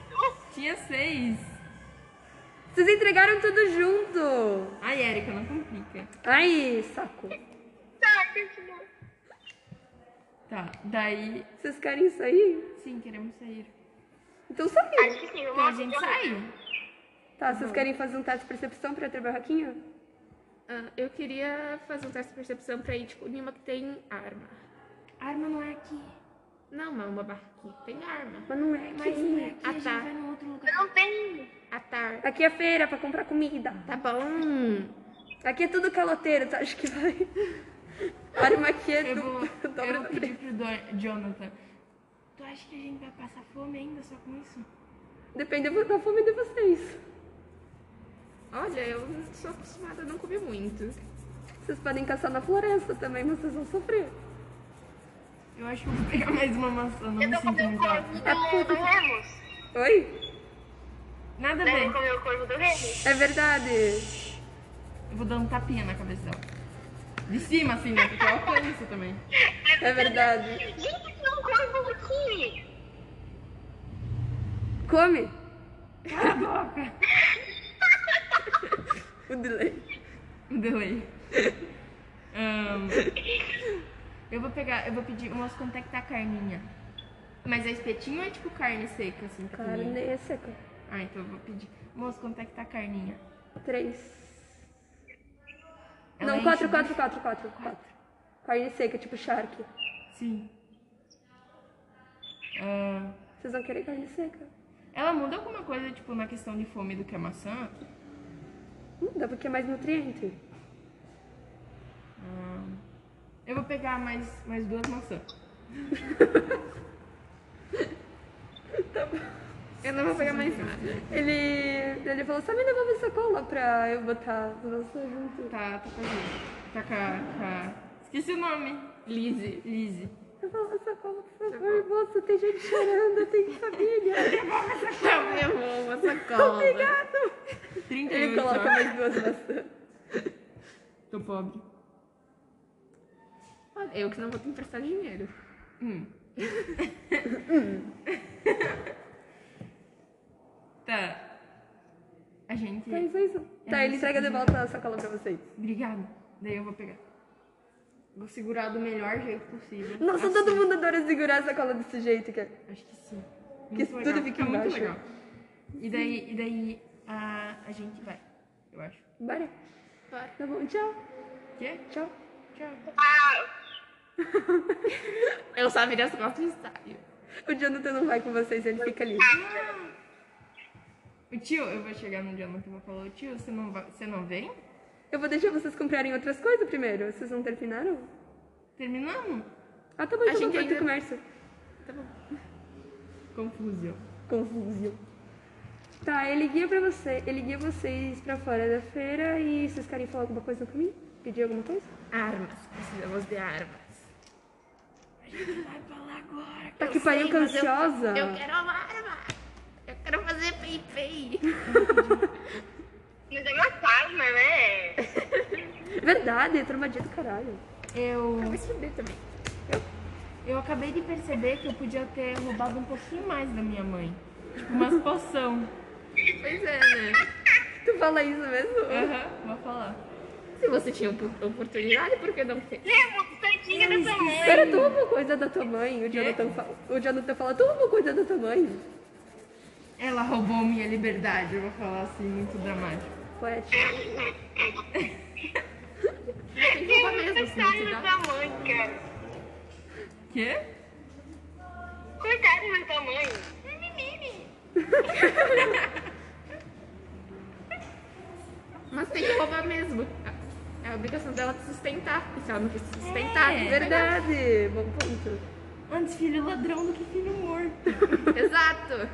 S2: Tinha seis.
S6: Vocês entregaram tudo junto.
S2: Ai, Érica, não complica.
S6: Ai, saco.
S7: Tá, continua.
S2: Tá, daí.
S6: Vocês querem sair?
S2: Sim, queremos sair.
S6: Então saiu.
S7: Acho que sim.
S2: Então a gente saiu.
S6: Tá, vocês querem fazer um teste de percepção pra ter barraquinha?
S4: Ah, eu queria fazer um teste de percepção pra ir, tipo, nenhuma que tem arma.
S2: Arma não é aqui.
S4: Não, mas uma barraquinha que tem arma.
S6: Mas não é aqui.
S2: A gente
S4: tá.
S2: vai no outro lugar.
S7: Não tem.
S4: Atar.
S6: Aqui é feira pra comprar comida.
S4: Tá bom.
S6: Aqui é tudo caloteiro, tá? Acho que vai. Arma aqui é
S2: Eu
S6: do... <laughs>
S2: vou,
S6: do
S2: <laughs>
S6: dobro
S2: eu
S6: da
S2: vou pedir pro Do- Jonathan. Tu acha que a gente vai passar fome ainda só com isso?
S6: Depende da fome de vocês.
S4: Olha, eu não sou acostumada a não comer muito.
S6: Vocês podem caçar na floresta também, mas vocês vão sofrer.
S2: Eu acho que eu vou pegar mais uma maçã. Não é
S7: Eu
S2: me
S7: tô
S2: sinto
S7: comendo o
S2: muito alta.
S7: corvo do, do Remos.
S6: Oi?
S2: Nada
S3: né?
S2: bem.
S7: Deve comer o corvo do Remos.
S6: É verdade.
S2: Eu vou dar um tapinha na cabeça dela. De cima, assim, né? Porque eu alcanço também.
S6: É verdade.
S7: Gente,
S3: é
S7: tem um corvo aqui.
S6: Come.
S2: Cala a boca.
S6: O delay.
S2: Um delay. Ahn, eu vou pegar, eu vou pedir, umas quanto é que tá a carninha? Mas é espetinho ou é tipo carne seca, assim? pequenininha?
S6: Carne é seca.
S2: Ah, então eu vou pedir. Moço, quanto é que tá a carninha?
S6: Três.
S2: Ela
S6: Não,
S2: enche
S6: quatro,
S2: de-
S6: quatro, quatro, quatro, quatro. Carne seca, tipo charque.
S2: Sim. Ahn,
S6: Vocês vão querer carne seca?
S2: ela muda alguma coisa, tipo, na questão de fome do que a maçã?
S6: Hum, dá porque é mais nutriente.
S2: Eu vou pegar mais, mais duas
S4: <laughs>
S2: maçãs.
S4: Tá Eu não vou pegar mais nada.
S6: Ele, ele falou, só me devolve a sacola pra eu botar nossa junto.
S2: Tá, tá fazendo. Tá com a. com a- Esqueci o nome. Lizzie. Lizzie.
S6: Devolve a sacola,
S4: Tá
S6: por favor, moça, tem gente chorando, tem família.
S4: Eu vou uma sacola.
S6: Obrigado.
S2: 38
S6: Ele coloca
S2: horas.
S6: mais duas maçãs.
S2: Tô pobre.
S4: Olha, eu que não vou te emprestar dinheiro.
S2: Hum. <laughs> Tá. A gente.
S6: É isso, é isso. Tá, ele entrega de volta a sacola pra vocês.
S2: Obrigada. Daí eu vou pegar. Vou segurar do melhor jeito possível.
S6: Nossa,
S2: Assim,
S6: todo mundo adora segurar a sacola desse jeito, é. cara.
S2: Acho que sim.
S6: Que
S2: Muito
S6: tudo
S2: legal, Tá
S6: fica
S2: muito
S6: embaixo.
S2: legal. E daí, e daí a, a gente vai, eu acho.
S6: Bora.
S4: Bora.
S6: Tá bom, tchau.
S2: Quê?
S6: <laughs> Tchau.
S2: Tchau.
S7: Ah,
S4: Eu só virei as costas e saio.
S6: O Jonathan não vai com vocês, ele fica ali.
S2: O tio, eu vou chegar no Jonathan e vou falar, "Ô, tio, você não, vai- você não vem?
S6: Eu vou deixar vocês comprarem outras coisas primeiro. Vocês não terminaram?
S2: Terminamos?
S6: Ah, tá bom, então
S4: gente
S6: depois tu
S4: ainda-
S6: conversa.
S2: Confusão.
S6: Confusão. Tá, ele guia pra você, ele guia vocês pra fora da feira e vocês querem falar alguma coisa no caminho? Pedir alguma coisa?
S4: Armas. Precisamos de armas.
S6: Tá que pariu que ansiosa.
S4: Eu quero uma arma. Eu quero fazer pei-pei.
S3: Mas é uma sarma, né?
S6: Verdade, trombadinha do caralho.
S2: Eu,
S4: Vai se fuder também.
S2: eu acabei de perceber que eu podia ter roubado um pouquinho mais da minha mãe. Tipo, umas poção.
S4: Pois é, né?
S6: Tu fala isso mesmo?
S2: Aham, vou falar.
S4: Se você tinha op- oportunidade, por que não fez?
S3: Lembro, tadinha da sua mãe.
S6: Pera, tu roubou coisa da tua mãe? O Jonathan, fala, o Jonathan fala, tu roubou coisa da tua mãe?
S2: Ela roubou minha liberdade, eu vou falar assim, muito dramático.
S6: Poético.
S4: Tem que roubar mesmo, assim, não
S3: Coitaram
S4: se
S2: tá?
S3: da
S4: dá.
S3: sua mãe, cara.
S2: Quê?
S3: Coitaram da sua mãe. Mimimi.
S4: Mas tem que roubar mesmo. É a obrigação dela te sustentar. E se ela não quis te sustentar, é
S6: Verdade, bom ponto.
S2: Antes filho ladrão do que filho morto.
S4: Exato.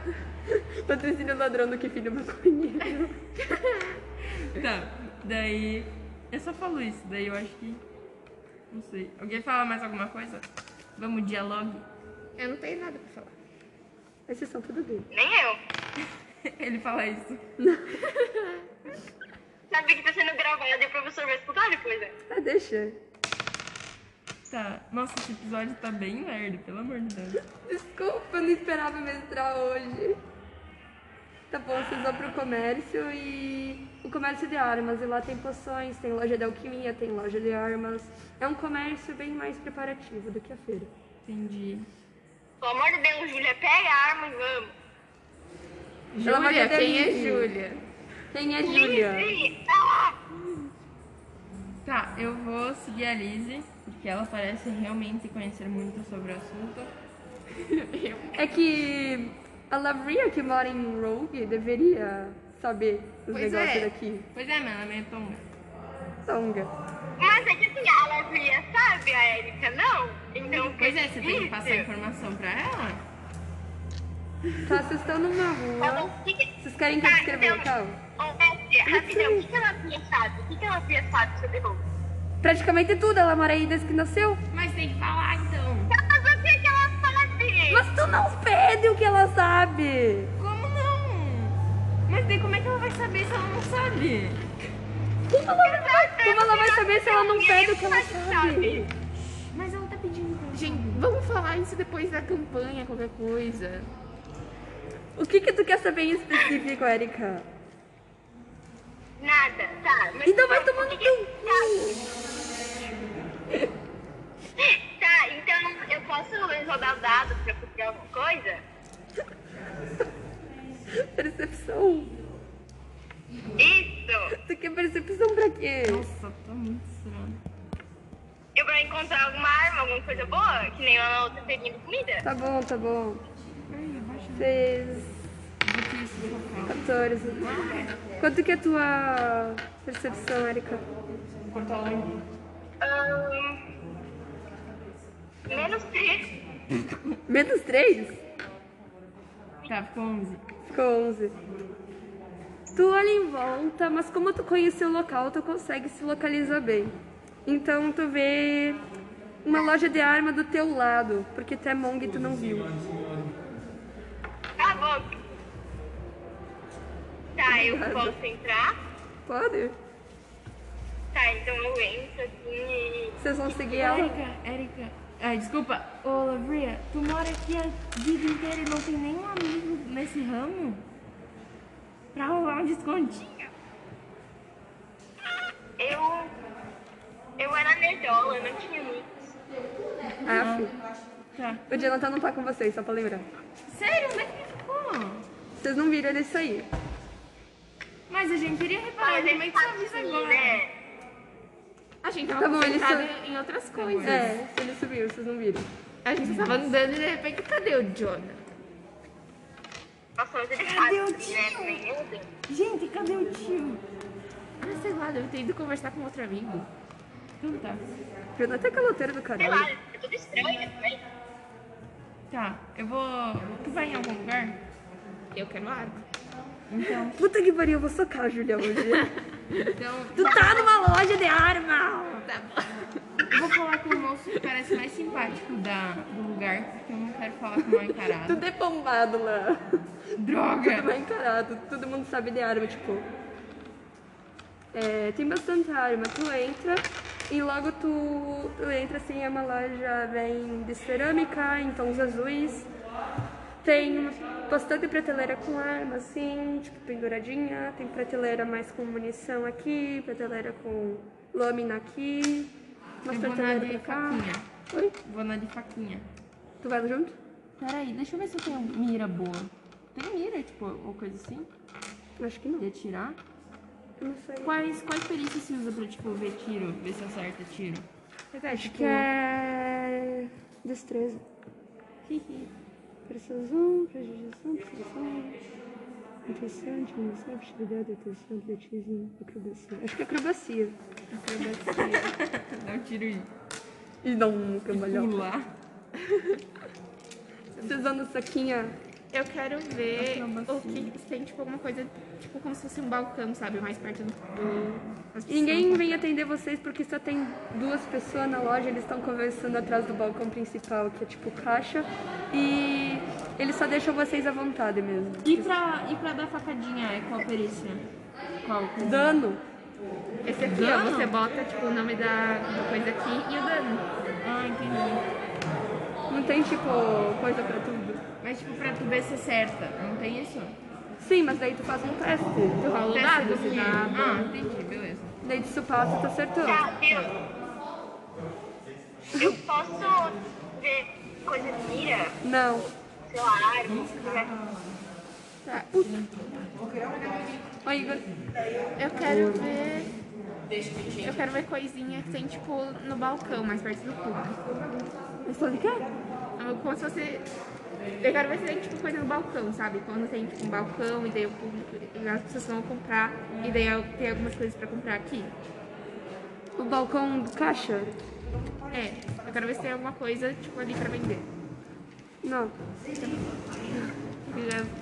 S6: Patrocínio ladrão do que filho maconheiro.
S2: <laughs> Tá, daí. Eu só falo isso, daí eu acho que. Não sei. Alguém fala mais alguma coisa? Vamos dialogue. <laughs>
S4: Eu não tenho nada pra falar.
S6: Mas vocês são tudo dele.
S3: Nem eu.
S2: Ele fala isso.
S3: Sabe que tá sendo gravado e o professor vai escutar depois, né?
S6: Ah, deixa.
S2: Tá. Nossa, esse episódio tá bem lerdo, pelo amor de Deus.
S6: Desculpa, eu não esperava mestrar hoje. Tá bom, vocês vão pro comércio e. O comércio de armas, e lá tem poções, tem loja de alquimia, tem loja de armas. É um comércio bem mais preparativo do que a feira.
S2: Entendi.
S3: Pelo amor de Deus, Júlia, pega a arma e vamos.
S6: Ela vai
S4: Júlia,
S6: ter
S4: quem é
S6: delírio.
S4: Júlia?
S6: Quem é Júlia?
S3: Ih, ah,
S2: Tá, eu vou seguir a Lizzie, porque ela parece realmente conhecer muito sobre o assunto.
S6: É que a Lavria que mora em Rogue deveria saber os
S4: Pois
S6: negócios
S4: é.
S6: daqui.
S2: Pois é, mas ela é meio tonga.
S6: Tonga.
S3: Mas é que assim, a Lavia sabe a Erika, não? Então,
S2: Pois é, você tem que
S3: difícil.
S2: passar informação pra ela?
S6: Tá, vocês estão numa
S3: Ela-
S6: rua.
S3: o que que-
S6: Vocês querem que eu
S3: Tá,
S6: descreva o
S3: então,
S6: local?
S3: ô, Mestre, rapidão, o que que ela Lavia sabe? O que que ela Lavia sabe sobre Hulk?
S6: Praticamente tudo, ela mora aí desde que nasceu.
S2: Mas tem que falar então.
S3: Mas o que que ela assim? sabe?
S6: Mas tu não pede o que ela sabe!
S2: Como não? Mas daí como é que ela vai saber se ela não sabe?
S6: Como ela, como ela vai saber se ela não pede o que ela sabe?
S2: Mas ela tá pedindo pra
S4: Gente, vamos falar isso depois da campanha, qualquer coisa.
S6: O que que tu quer saber em específico, Erika?
S3: Nada, tá. Mas
S6: Então vai
S3: então,
S6: tomar
S3: o que
S6: no teu
S3: que-
S6: cu!
S3: <laughs> Tá, então eu posso jogar o dado pra procurar alguma coisa?
S6: Percepção?
S3: Isso!
S6: Tu quer percepção pra quê?
S2: Nossa, tô muito estranho.
S3: Eu vou encontrar alguma arma, alguma coisa boa, que nem lá na outra feirinha de comida.
S6: Tá bom, tá bom. Fez
S2: Do que isso local?
S6: 14. Quanto que é a tua percepção, Erika?
S2: Porto Alegre.
S3: Ahn, menos três.
S6: Menos 3?
S2: Tá, ficou 11.
S6: Ficou 11. Tu olha em volta, mas como tu conhece o local, tu consegue se localizar bem. Então tu vê uma loja de arma do teu lado, porque tu é Hmong e tu não viu.
S3: Tá bom. Tá, eu posso entrar.
S6: Pode?
S3: Tá, então eu entro assim e.
S6: Vocês vão seguir
S4: Tipo, é
S6: ela?
S2: Érica, Érica. Ai, desculpa. Ô, Lavria, tu mora aqui a vida inteira e não tem nenhum amigo nesse ramo? Pra rolar um descontinho?
S3: Eu. Eu era nerdola, não tinha muitos.
S6: Aff.
S2: Tá.
S6: Ah, O Jonathan não tá com vocês, só pra lembrar.
S2: Sério, onde é que ele ficou?
S6: Vocês não viram ele sair.
S2: Mas a gente queria reparar,
S3: Mas
S7: né?
S2: como é que você avisa
S3: assim,
S2: agora?
S3: né?
S4: A gente tava
S6: Tá bom, ele
S4: concentrado
S6: só-
S4: em outras coisas.
S6: É, ele subiu, vocês não viram.
S4: A gente só tava andando e de repente, cadê o Jonah?
S7: Nossa, mas ele faz isso, né? também, Meu Deus.
S8: Gente, cadê o tio?
S4: Ah, sei lá, deve ter ido conversar com outro amigo. Então tá.
S6: Jonathan até caloteiro do
S7: Sei
S6: caralho.
S7: lá, é tudo estranho também.
S4: Tá, eu vou. Tu vai em algum lugar? Eu quero arco.
S6: Puta que pariu, eu vou socar o Julião hoje.
S4: Então,
S6: tu tá numa loja de arma!
S4: tá bom. Eu vou falar com o moço que parece mais simpático da, do lugar, porque eu não quero falar com o
S6: <laughs>
S4: mal encarado.
S6: Tudo é bombado lá. Tudo
S4: Droga!
S6: é encarado, todo mundo sabe de arma, tipo. É, tem bastante arma. Tu entra e logo tu, tu entra assim, é uma loja bem de cerâmica, em tons azuis. Tem uma- bastante prateleira com arma, assim, tipo penduradinha. Tem prateleira mais com munição aqui, prateleira com lâmina aqui, umas
S4: Eu vou na
S6: prateleiras
S4: de
S6: pra cá.
S4: faquinha.
S6: Oi?
S4: Vou na de faquinha.
S6: Tu vai junto?
S4: Peraí, deixa eu ver se eu tenho mira boa. Tem mira, tipo, ou coisa assim?
S6: Acho que não.
S4: De atirar?
S6: Eu não sei.
S4: Quais, quais perícias se usa pra, tipo, ver tiro? Ver se acerta tiro?
S6: Acho que é. Destreza. Persuasão, prejudicação, persuasão. Intuição, diminuição, habilidade, atenção, atletismo, acrobacia. Acho que é acrobacia. Acrobacia.
S4: Dá um tiro e
S6: e dá um cambalhão.
S4: pular.
S6: Vocês dão no saquinha.
S4: Eu quero ver o que se tem, tipo, alguma coisa, tipo, como se fosse um balcão, sabe? Mais perto do... do as
S6: E Ninguém vem atender vocês porque só tem duas pessoas na loja, eles estão conversando atrás do balcão principal, que é tipo caixa. E eles só deixam vocês à vontade mesmo.
S4: E pra, e pra dar facadinha, é qual perícia? Qual? é?
S6: Dano.
S4: Esse aqui, ó, você bota, tipo, o nome da, da coisa aqui e o dano. Ah, entendi.
S6: Não tem tipo coisa pra tudo.
S4: Mas, tipo, pra tu ver se acerta, não tem isso?
S6: Sim, mas daí tu faz um teste. Tu rola o
S4: Teste
S6: dado,
S4: do
S6: você
S4: dinheiro.
S6: dá.
S4: Ah, entendi, beleza.
S6: Daí tu passa, tu acertou.
S7: Tá, viu? Eu posso ver coisa de mira,
S6: Não.
S7: sei lá, assim. arma, essas coisas.
S6: Oi, Igor.
S4: Eu quero ver. Eu quero ver coisinha que tem, tipo, no balcão, mais perto do público.
S6: Mas tu quer?
S4: Como se fosse. Eu quero ver se tem, tipo, coisa no balcão, sabe? Quando tem, tipo, um balcão e daí o público. e As pessoas vão comprar e daí eu- tem algumas coisas pra comprar aqui.
S6: O balcão do caixa?
S4: É, eu quero ver se tem alguma coisa, tipo, ali pra vender.
S6: Não.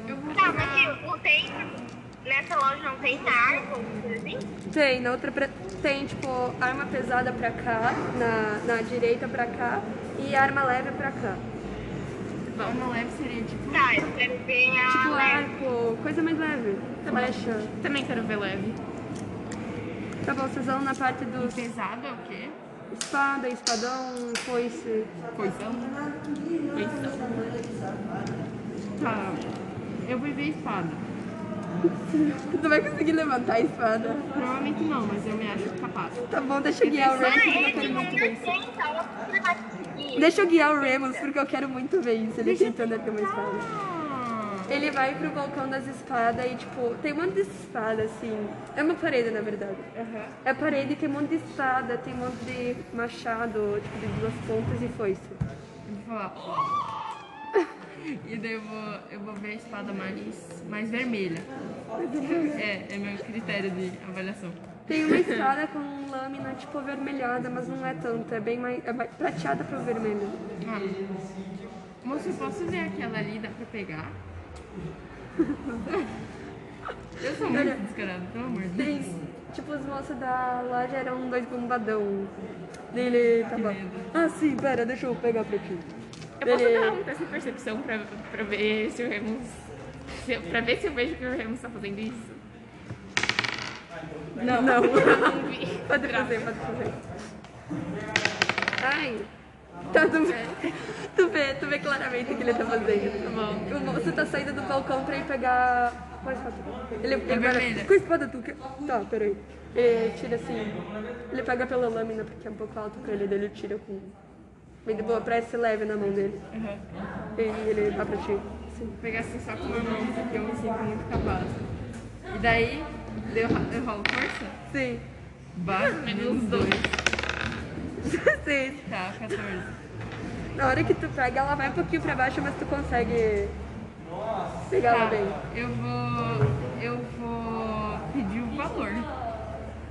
S4: Eu vou
S7: Tá, mas que não tem, nessa loja não tem arma, alguma coisa assim?
S6: Tem, na outra pra- tem tipo arma pesada pra cá, na, na direita pra cá e arma leve pra cá.
S4: Bom, leve seria, tipo.
S7: Tá, eu quero ver a
S6: Tipo
S7: leve.
S6: arco, coisa mais leve. Flecha.
S4: Tá Também quero ver leve.
S6: Tá bom, vocês vão na parte dos
S4: Pesado é o quê?
S6: espada, espadão, foice.
S4: Coisão? Coisão. Tá. Eu vou ver espada.
S6: Tu vai conseguir levantar a espada.
S4: Provavelmente não, mas eu me acho capaz.
S6: Tá bom, deixa eu guiar o
S7: Ah,
S6: Remus porque
S7: é,
S6: eu quero
S7: tipo, não
S6: muito ver isso.
S7: tem, tá? Eu vou levar aqui.
S6: Deixa eu guiar o Remus porque eu quero muito ver isso. Ele tentando abrir uma espada. Ele vai pro balcão das espadas e, tipo, tem um monte de espada, assim. É uma parede, na verdade. É parede, tem um monte de espada, tem um monte de machado, tipo, de duas pontas e foice.
S4: Eu vou falar.
S6: <laughs>
S4: E daí eu vou, eu vou ver a espada mais, mais vermelha. É, é meu critério de avaliação.
S6: Tem uma espada com lâmina, tipo, avermelhada, mas não é tanto. É bem mais... É mais prateada pro vermelho.
S4: Ah. Moço, eu posso ver aquela ali? Dá pra pegar? Eu sou muito descarada, pelo amor de Deus.
S6: Tem, tipo, os moços da loja eram dois bombadão. Dele tava... Ah, sim, pera, deixa eu pegar pra ti.
S4: Eu posso
S6: Ele-
S4: dar um teste de percepção pra, pra ver se o Remus. Se, pra ver se eu vejo que o Remus tá fazendo isso?
S6: Não. Não.
S4: Eu não vi.
S6: Pode fazer, pode fazer. Ai. Tá, tu vê, tu vê, tu vê claramente o que ele tá fazendo. Tá bom. Você tá saindo do balcão pra ir pegar. Qual espada? Ele, ele
S4: vermelha.
S6: Com a espada tu quer. Tá, peraí. Ele tira assim. Ele pega pela lâmina porque é um pouco alto pra ele, daí ele tira com. Bem de boa, parece leve na mão dele. E ele dá pra ti. Sim.
S4: pegar assim só com uma mão, porque eu me sinto muito capaz. E daí, daí eu, ra- eu rolo força?
S6: Sim.
S2: Bah, menos dois.
S6: 16.
S2: Tá, 14.
S6: Na hora que tu pega, ela vai um pouquinho pra baixo, mas tu consegue pegar ela
S2: Tá,
S6: bem.
S2: eu vou. Eu vou pedir o valor.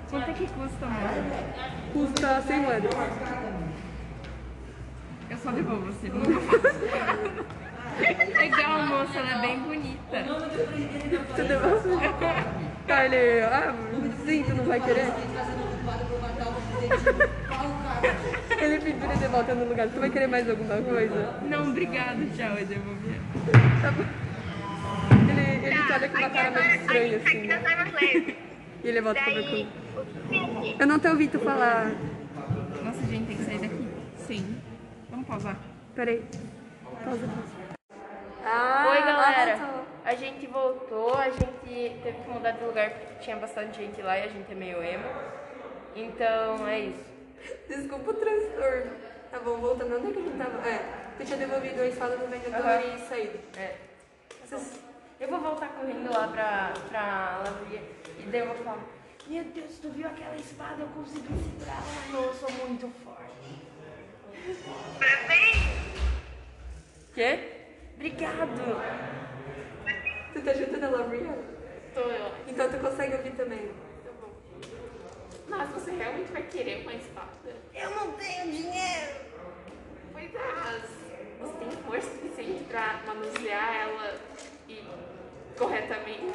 S2: Quanto é que custa, mano?
S6: Custa 100 moedas.
S2: Eu só devolvo você. <laughs> Não vou fazer. Legal, moça, ela é bem bonita.
S6: Tu devolve? Tá, ele... Ah, sim, tu não vai querer? <laughs> Ele pendura de volta no lugar. Tu vai querer mais alguma coisa?
S2: Não, obrigado, tchau, eu devolvi.
S6: Tá bom. Ele, ele te olha com uma cara meio estranha, assim,
S7: Aqui na
S6: né?
S7: Cyberslave.
S6: E ele volta pro
S7: Daí,
S6: Becu.
S7: o Cine.
S6: Eu não te ouvi tu falar.
S2: Nossa, gente, tem que sair daqui. Sim. Vamos pausar.
S6: Peraí. Pausa. Ah,
S9: Oi, galera. A gente voltou, a gente teve que mudar de lugar porque tinha bastante gente lá e a gente é meio emo. Então é isso.
S6: Desculpa o transtorno. Tá bom, voltando. Onde é que a gente tava? É, tu tinha devolvido a espada do vendedor
S9: Aham.
S6: e saído.
S9: É.
S6: Vocês-
S9: Eu vou voltar correndo lá pra, pra lavanderia e daí eu vou falar: Meu Deus, tu viu aquela espada? Eu consegui segurar ela. Não, eu sou muito forte.
S7: Parabéns.
S9: Quê? Obrigado.
S6: Tu tá junto da Lavria?
S4: Tô eu.
S6: Então tu consegue ouvir também.
S4: Mas você realmente vai querer uma espada?
S9: Eu não tenho dinheiro.
S4: Pois é, mas você tem força suficiente pra manusear ela e corretamente.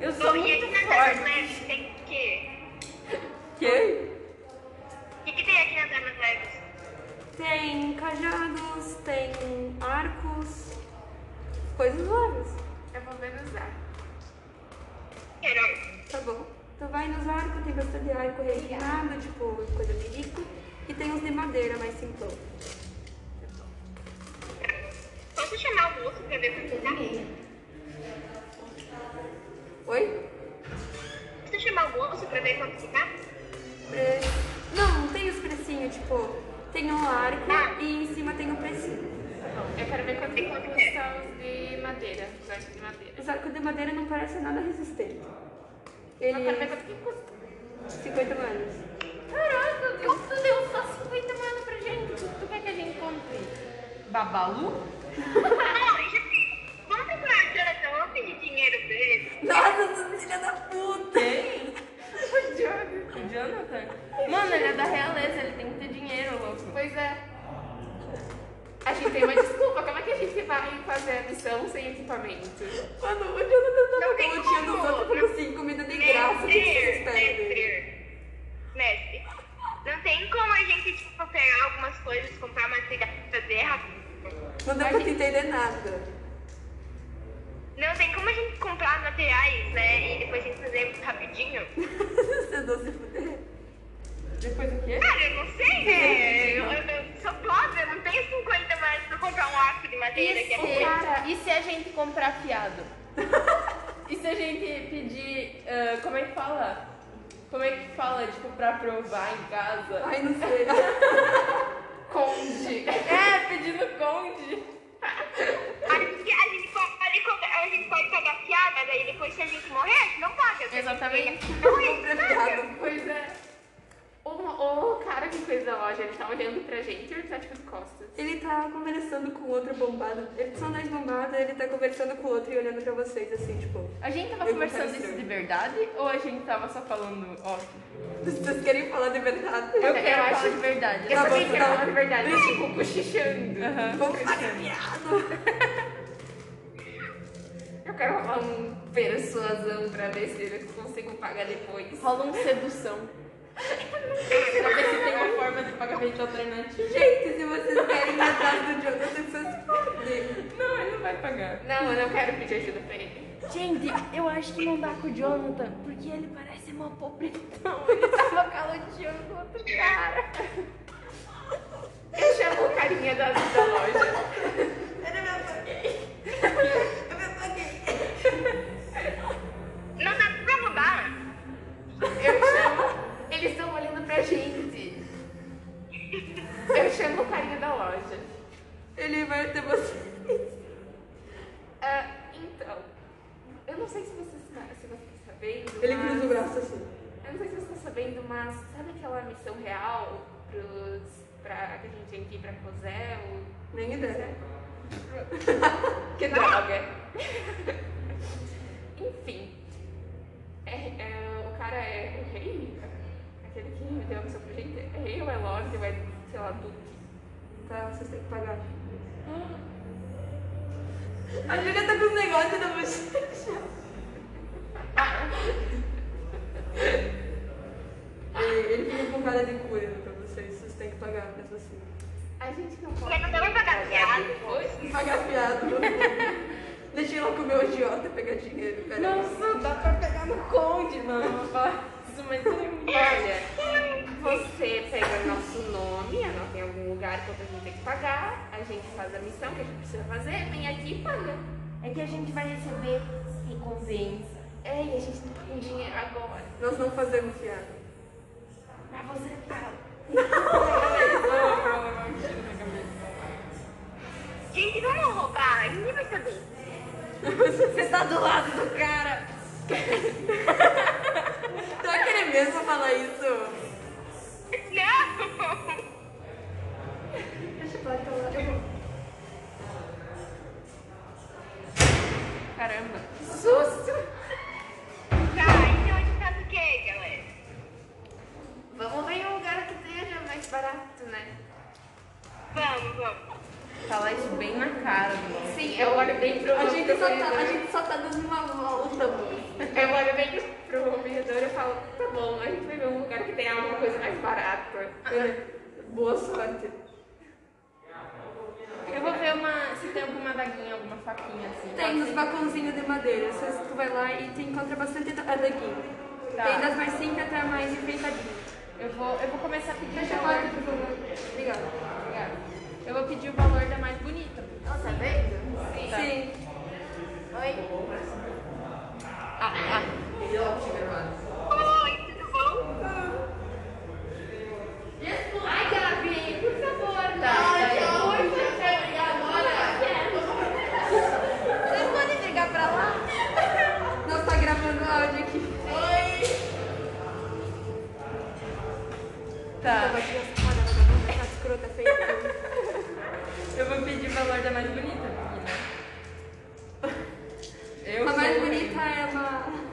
S9: Eu sou
S7: Bom, e aqui
S9: muito
S7: na
S9: forte.
S7: Cyberslave tem o quê?
S6: Que?
S7: O que, que tem aqui na Cyberslave?
S6: Tem cajados, tem arcos, coisas leves.
S4: Eu vou manusear.
S7: Quero.
S6: Tá bom. Tu vai nos arcos, tem bastante arco refinado, tipo coisa de rico. E tem uns de madeira mais simples.
S7: Posso chamar o moço pra ver quanto tá?
S6: Oi?
S7: Posso chamar o moço pra ver quanto que tá?
S6: É, Não, tem os precinhos, tipo, tem um arco e em cima tem um precinho.
S4: Eu quero ver quanto
S7: Tem quanto que é?
S4: custa os de madeira, os arcos de madeira.
S6: Os arcos de madeira não parecem nada resistente. Ele é
S4: Eu quero ver quanto que custa.
S6: 50 manos.
S4: Caraca, como tu deu só 50 mana pra gente? O que tu
S9: é
S4: quer que a gente compre?
S2: Babalu?
S7: Não, eu já sei. Vamos procurar a direção, vamos pedir dinheiro pra ele.
S6: Nossa, tu filha da puta!
S9: O Jonathan? Mano, ele é da realeza, ele tem que ter dinheiro, louco.
S4: Pois é. A gente tem uma desculpa. Como é que a gente vai fazer a missão sem equipamento?
S6: Mano, o Jonathan tá
S7: Não tem
S6: dando tinha dos
S7: como.
S6: outros falou assim, comida de graça, o que vocês
S7: Mestre,
S6: pedem?
S7: mestre, mestre. Não tem como a gente, tipo, pegar algumas coisas, comprar material pra fazer rápido.
S6: Não deu pra te entender nada.
S7: Não tem como a gente comprar materiais, né? E depois a gente fazer
S6: <laughs>
S7: rapidinho.
S6: Vocês vão se fuder.
S9: Depois o quê?
S7: Cara, eu não sei,
S6: <laughs>
S7: né? Eu, eu- eu sou pobre, eu não tenho 50 mais pra comprar um arco de madeira que
S9: E se,
S7: é bom.
S9: cara, e se a gente comprar fiado? e se a gente pedir. ah, como é que fala? Como é que fala, tipo, pra provar em casa?
S6: Ai,
S9: <laughs>
S6: não sei.
S9: Conde! É, pedindo conde!
S7: A gente, a gente pode, comprar- a gente pode pagar fiado, mas aí depois se a gente morrer, a gente não paga.
S9: Exatamente.
S7: Não é isso, nada.
S6: Obrigada.
S4: Pois é. O, o cara que fez a loja, ele tá olhando pra gente e ele tá tipo de costas.
S6: Ele tá conversando com outro bombado. Eles são dois bombados, ele tá conversando com o outro e olhando pra vocês, assim, tipo...
S9: A gente tava
S6: Eu
S9: conversando
S6: confesso.
S9: É isso de verdade ou a gente tava só falando, ó?
S6: Vocês querem falar de verdade?
S9: Eu quero
S4: acho-
S9: falar de verdade.
S2: é
S6: Tá bom,
S4: Ele quer
S6: tá.
S4: falar de verdade, ele ficou cochichando.
S6: Vamos falar de piada.
S4: Eu quero rolar um persuasão pra ver se eu consigo pagar depois.
S9: Rola um sedução. pra ver se tem uma forma de pagamento alternativo.
S6: Gente, se vocês querem ir atrás do Jonathan, vocês podem.
S9: Não, ele não vai pagar.
S4: Não, eu não quero pedir ajuda pra ele.
S9: Gente, eu acho que não dá com o Jonathan, porque ele parece mó pobretão. Ele tava caloteando o outro cara.
S4: Eu chamo o carinha da, da loja.
S7: Não dá pra mudar.
S4: Eu chamo. Eles estão olhando pra gente. Eu chamo o carinha da loja.
S6: Ele vai até você.
S4: Ah, então, eu
S2: sabendo.
S6: Ele
S2: mas-
S6: cruza o braço assim.
S2: Eu não sei se você está sabendo, mas sabe aquela missão real pros, pra, que a gente tem que ir pra Cosel?
S6: Nem ideia. <laughs>
S2: que droga! é. Enfim, é- é, o cara é o rei? Aquele que me deu a missão pra gente? É rei ou é lorde ou é, sei lá, duque?
S6: Tá, vocês têm que pagar. A Julia tá com os negócios da bochecha. Ele, ele fica com cara de cura pra vocês, vocês têm que pagar mesmo assim.
S2: A gente não
S3: Porque não dá pra pagar piada.
S6: Pagar fiado. Deixei ela comer o agiota pegar dinheiro, peraí.
S2: Nossa, dá pra pegar no conde, mano. Mas olha, você pega nosso nome, anota em algum lugar quanto a gente tem que pagar, a gente faz a missão que a gente precisa fazer, vem aqui e paga.
S10: É que a gente vai receber recompensa.
S2: É, e a gente tá com dinheiro agora.
S6: Nós não fazemos fiado.
S2: Pra você pagar.
S3: Gente, vamos roubar, ninguém vai saber.
S6: Você tá do lado do cara. tu vai querer mesmo falar isso?
S3: Não!
S2: Caramba, que susto!
S3: Tá, então a gente faz o quê, galera?
S2: Vamos ver um lugar que esteja mais barato, né?
S3: Vamos, vamos.
S6: Tá
S2: Falar isso bem na cara do Sim, eu olho bem pro
S6: A gente só tá, a gente só tá dando uma volta, mano.
S2: Eu olho bem pro, pro vendedor e falo, tá bom, a gente vai ver um lugar que tem alguma coisa mais barata.
S6: Boa sorte.
S2: Eu vou ver uma, se tem alguma daguinha, alguma faquinha assim.
S6: Tem os balcãozinhos de madeira. Vocês, tu vai lá e tu encontra bastante adaguinho.
S2: Tá.
S6: Tem das mais simples até a mais enfeitadinhas.
S2: Eu vou, eu vou começar a pedir
S6: Fecha
S2: o
S6: a
S2: valor.
S6: porta, por favor. Obrigada.
S2: Obrigada. Eu vou pedir o valor da mais bonita. Nossa, tá vendo? Sim.
S6: Sim.
S2: Oi.
S3: Oi, tudo bom?
S2: Ai, Gabi, por favor. Tá. Ai, amor, você vai pegar agora?
S6: Vocês podem pegar pra lá? Nós tá gravando áudio aqui. Oi! Tá. Tá escrota feia.
S2: Eu vou pedir o valor da mais bonita.
S9: <laughs>
S2: porque, né? Eu
S6: A mais
S2: sou-
S6: bonita é uma.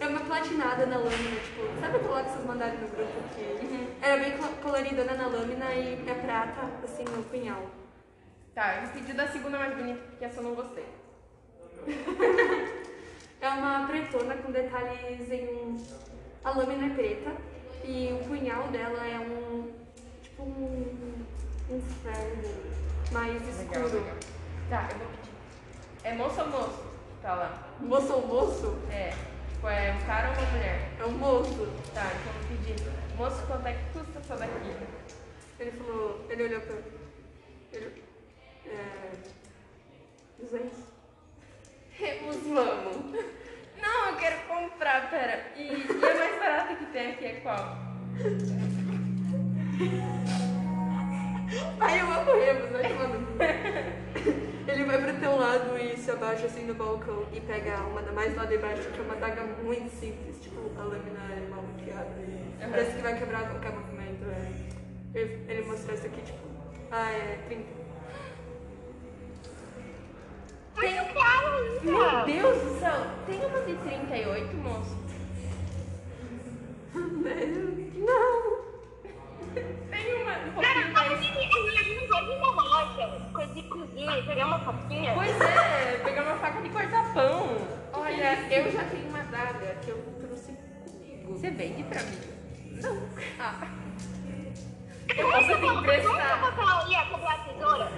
S6: É uma platinada na lâmina, tipo, sabe aquela lá que vocês mandaram no grupo que era bem col- coloridona na lâmina e é prata, assim, no punhal.
S2: Tá, eu vou pedir da segunda mais bonita, porque essa eu não gostei. Tá,
S6: É uma pretona com detalhes em. A lâmina é preta e o punhal dela é um. Tipo um. Um ferro mais escuro.
S2: Tá, eu vou pedir. É moço ou moço que tá lá?
S6: Moço ou moço?
S2: É. Tipo, é um cara ou uma mulher?
S6: É um moço.
S2: Tá, então eu vou pedir. Moço, quanto é que custa essa daqui?
S6: Ele falou. Ele olhou pra. Ele. É. 200.
S2: Temos, vamos. Não, eu quero comprar, pera. E, e a mais barata que tem aqui é qual?
S6: Ai, eu amo Remos, vai tomar no cu. <laughs> Ele vai pro teu lado e se abaixa assim no balcão e pega uma da mais lá de baixo, que é uma daga muito simples, tipo, a lâmina é mal maquiada e parece que vai quebrar a qualquer movimento. É. Ele, ele mostrou isso aqui, tipo, ah, é 30.
S3: Muito caro,
S2: Meu
S3: então.
S2: Deus do céu, tem uma de 38, moço?
S6: Não!
S2: Tem uma. Um
S3: Cara,
S2: pouquinho
S7: tá
S2: mais.
S3: só porque a gente não pode ir na loja, coisa de cozinha, pegar uma faquinha.
S2: Pois é, pegar uma faca de cortar pão. Olha, eu já tenho uma daga que eu trouxe comigo. Você vende pra mim? Não. Ah. Eu posso te emprestar.
S3: Vamos colocar ali a comprar a tesoura?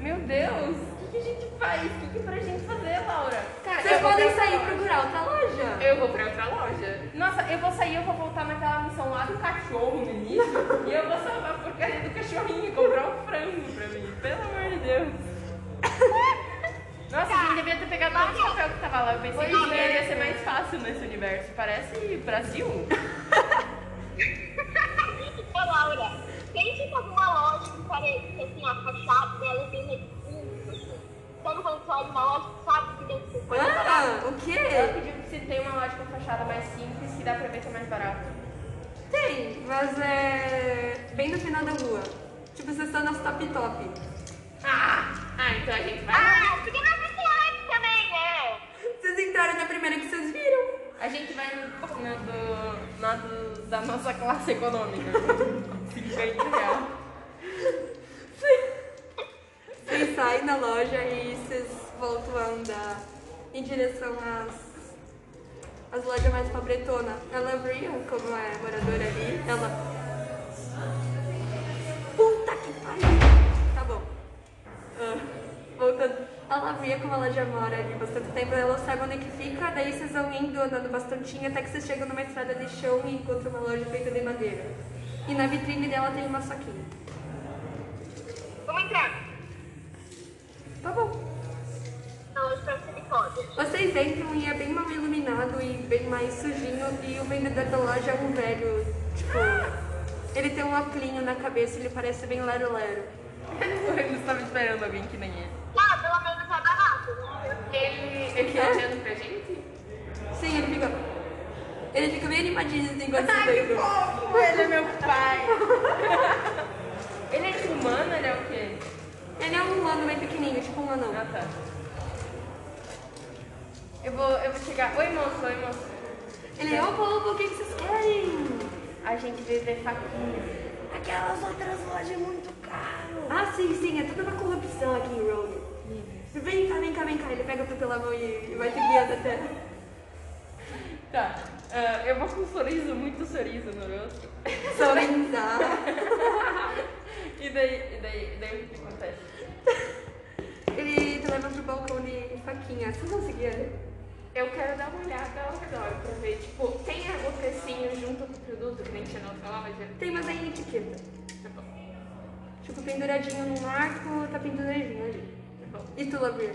S2: Meu Deus, o que, que a gente faz? O que, que pra gente fazer, Laura? Cara,
S6: Vocês podem sair procurar outra loja!
S2: Eu vou pra outra loja. Nossa, eu vou sair, eu vou voltar naquela missão lá do cachorro no início. <laughs> e eu vou salvar a porcaria do cachorrinho e comprar um frango pra mim. Pelo amor de Deus. Nossa, a gente devia ter pegado todo o papel que tava lá. Eu pensei que ia ser mais fácil nesse universo. Parece Brasil.
S3: Ô, Laura, tem tipo alguma loja que pareça assim, a fachada dela tem medicina, assim, sabe quando você olha uma loja, sabe que deu certo?
S2: Quando eu
S6: Ah,
S2: falava-
S6: o quê?
S2: Ela pediu se tem uma loja com fachada mais simples que dá pra ver que é mais barato.
S6: Tem, mas é bem no final da rua. Tipo, vocês estão nas top top.
S2: Ah, ah, então a gente vai.
S7: Ah, porque não é antes também, né?
S6: Vocês entraram na primeira que vocês viram.
S2: A gente vai no, no do, na do- da nossa classe <laughs> econômica. 50 reais.
S6: Vocês saem da loja e vocês voltam a andar em direção às, às lojas mais pobretona. Ela abriu, como é moradora ali, ela. Puta que pariu! Tá bom. Ah, voltando. Ela via como ela já mora ali bastante tempo, ela sabe onde é que fica, daí vocês vão indo, andando bastantinho, até que vocês chegam numa estrada de chão e encontram uma loja feita de madeira. E na vitrine dela tem uma saquinha.
S7: Vamos entrar.
S6: Tá bom.
S7: Então, hoje pra misericórdia.
S6: Vocês entram e é bem mal iluminado e bem mais sujinho. E o vendedor da loja é um velho, tipo. Ele tem um óculinho na cabeça, ele parece bem lero-lero.
S2: <laughs> Eles estavam esperando alguém que nem ele.
S7: Ah, pelo menos é barato, né?
S2: Ele, ele tá
S6: É?
S2: olhando pra gente?
S6: Sim, ele fica. Ele fica bem animadinho assim enquanto vocês entram.
S2: Ele é meu pai. ele é tipo humano, ele é o quê?
S6: Ele é um humano meio pequenininho, tipo um anão.
S2: Ah, tá. Eu vou, eu vou chegar. Oi, moço, oi, moço.
S6: Ele é, opa, opa, o que que vocês querem?
S2: A gente veio ver faquinha.
S6: Aquelas outras lojas é muito caro. Ah, sim, sim, é toda uma corrupção aqui em Rome. Vem cá, vem cá, vem cá. Ele pega tu pela mão e, e vai te guiando até.
S2: Tá. ah, eu vou com um sorriso, muito sorriso no rosto.
S6: Sorrisar.
S2: E daí, e daí, daí o que acontece?
S6: Ele te leva pro balcão de faquinha. Você não conseguia ler?
S2: Eu quero dar uma olhada ao redor pra ver, tipo, tem o precinho junto com o produto que nem tinha na outra loja?
S6: Tem, mas é em etiqueta.
S2: Tá bom,
S6: Tipo, penduradinho no marco, tá penduradinho ali.
S2: tá bom.
S6: E tu, <laughs> Labir?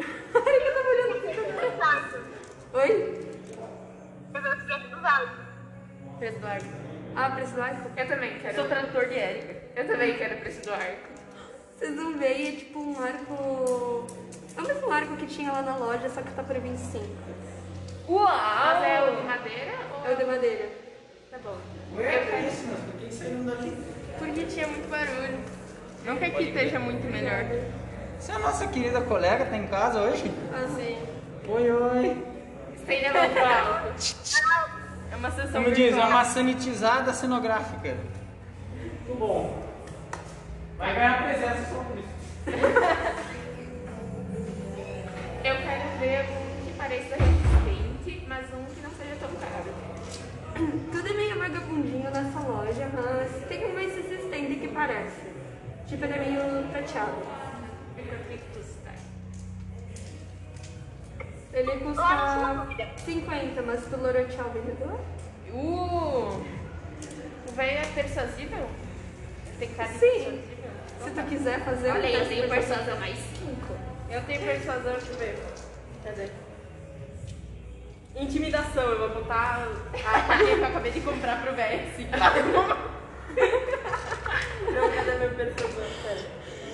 S6: Ele tava olhando pro
S7: Preço do vaso.
S6: teu- Oi?
S7: Preço do vaso.
S2: Preço do arco.
S6: Ah, preço do arco?
S2: Eu também quero. Sou tradutor de Érica. Eu também quero preço do arco.
S6: Vocês não veem, é tipo um arco... É o mesmo arco que tinha lá na loja, só que tá por 25.
S2: Uau! Mas é o de madeira ou
S6: É o de madeira.
S2: Tá bom.
S11: Porque tinha muito barulho.
S12: Não que aqui esteja muito melhor.
S13: Você é a nossa querida colega que tá em casa hoje?
S6: Assim.
S13: Oi, oi.
S2: Estende a mão pro alto. É uma sessão
S13: Como diz, é
S2: virtual.
S13: uma sanitizada cenográfica. Muito bom. Vai ganhar presença só por isso.
S2: Eu quero ver um que pareça resistente, mas um que não seja tão caro.
S6: Tudo é meio vagabundinho nessa loja, mas tem um mais resistente que parece. Tipo, ele é meio prateado.
S2: Microclicos, tá?
S6: Ele
S7: Olha,
S6: custa 50, mas tu lorou tchau, vendedor?
S2: Uh! O velho é persuasível? Tem cara de
S6: Sim.
S2: persuasível?
S6: Se tu quiser fazer um
S2: Olha, eu
S6: teste
S2: tenho
S6: pra-
S2: persuasão mais 5. Eu tenho persuasão, deixa eu ver. Cadê? Intimidação, eu vou <laughs> botar a faquinha que eu acabei de comprar pro velho assim. Não, cadê meu persuasão? Pera.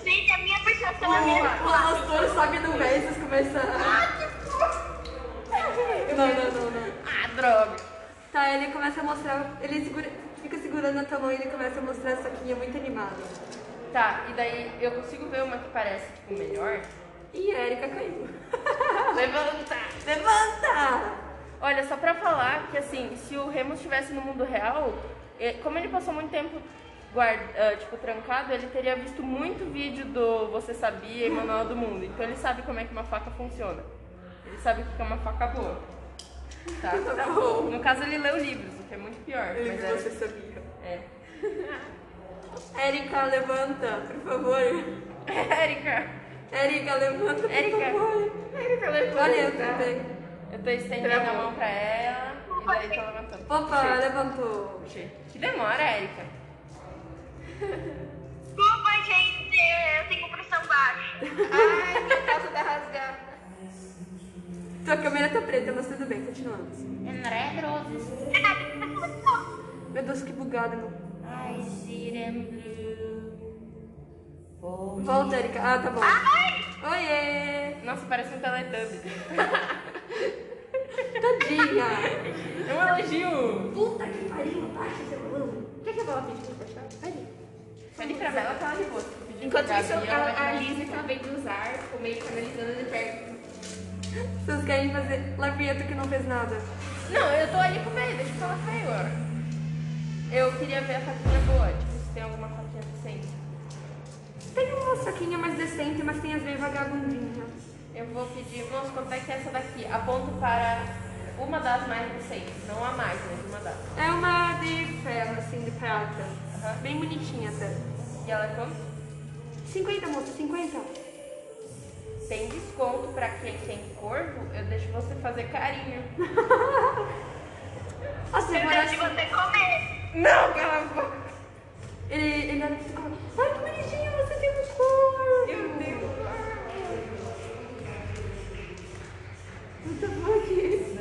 S7: Gente, a minha percepção é a mesma.
S6: O arrastor sobe no véio e vocês começam a... Não, não, não, não.
S2: Ah, droga!
S6: Tá, ele começa a mostrar... Ele segura- fica segurando a tua mão e ele começa a mostrar a saquinha muito animada.
S2: Tá, e daí eu consigo ver uma que parece, tipo, melhor? Ah,
S6: Ih, a Erika caiu. <laughs>
S2: Levanta!
S6: Levanta!
S2: Olha, só pra falar que assim, se o Remus estivesse no mundo real, eh, como ele passou muito tempo guard, ah, tipo, trancado, ele teria visto muito vídeo do Você Sabia e Manual do Mundo. Então ele sabe como é que uma faca funciona. Ele sabe o que é uma faca boa. Tá?
S6: <laughs> Tá bom.
S2: No caso ele leu livros, o que é muito pior.
S6: Ele
S2: mas
S6: que
S2: é-
S6: você sabia.
S2: é.
S6: Erika, levanta, por favor.
S2: Érica!
S6: Erika, levanta, por
S2: Érica.
S6: favor.
S2: Érica levanta.
S6: Olha, eu também.
S2: Eu tô estendendo
S6: Tá
S2: a mão pra ela e daí tô levantando.
S6: Opa, levantou.
S2: Puxei. Que demora, Érica.
S7: Desculpa, gente. Eu tenho pressão baixa. Ah,
S2: Ai, minha calça tá rasgada.
S6: Tua câmera tá preta, mas tudo bem, continuamos. Meu Deus, que bugado, mano. Volta, Erika. Ah, tá bom.
S7: Ai!
S6: Oiê!
S14: Nossa, parece um Teletubbies.
S6: Tadinha!
S14: É um elogio!
S1: Puta que pariu, baixa seu ânimo.
S2: Quer que a Bela pediu pra baixar? Peraí.
S14: Pedi pra Bela
S2: tá
S14: que ela de boa.
S2: Enquanto isso, a, tá a Liz acabei de usar, ficou meio que analisando de perto.
S6: Vocês querem fazer Lavieto que não fez nada.
S2: Não, eu tô ali com medo, deixa eu falar com ela agora. Eu queria ver a faquinha boa, tipo, se tem alguma faquinha decente.
S6: Tem uma saquinha mais decente, mas tem as meio vagabundinhas.
S2: Eu vou pedir, moço, quanto é que é essa daqui? Aponto para uma das mais recentes, não a mais, mas uma das.
S6: É uma de ferro, assim, de prata. Bem bonitinha até.
S2: E ela é quanto?
S6: 50, moça, 50.
S2: Tem desconto pra quem tem corvo? Eu deixo você fazer carinho.
S6: Nossa,
S7: Eu
S2: Tá
S6: agora
S7: deixo você comer.
S2: Não, cala a boca!
S6: Ele, ele olha pra você e fala, ai que bonitinho, você tem um corvo.
S2: Eu tenho
S6: Muito bom aqui.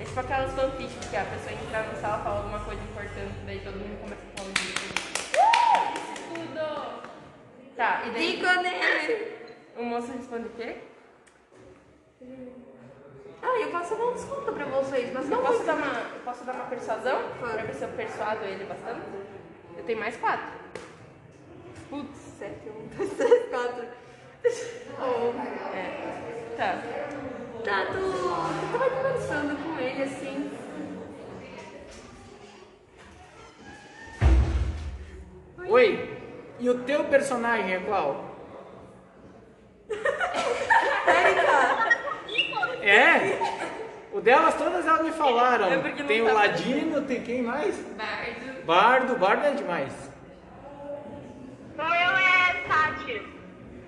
S2: É tipo aquelas fanfics que a pessoa entra na sala, fala alguma coisa importante, daí todo mundo começa a falar disso. Tudo! Tá, e daí
S6: Digo nele.
S2: o moço responde o quê?
S6: Ah, eu posso dar um desconto pra vocês, mas
S2: Eu
S6: não
S2: posso
S6: muito.
S2: dar uma, eu posso dar uma persuasão?
S6: Claro.
S2: Pra ver se eu persuado ele bastante? Eu tenho mais quatro. Putz,
S6: 7, 1, 2, 3, 4.
S2: tá.
S6: Tá, tu, tu tava conversando com ele assim.
S13: Oi, e o teu personagem é qual? É? O delas todas elas me falaram.
S14: É porque não
S13: tem o
S14: tá-
S13: Ladino, tem quem mais?
S2: Bardo.
S13: Bardo, Bardo é demais.
S7: O meu é Tati.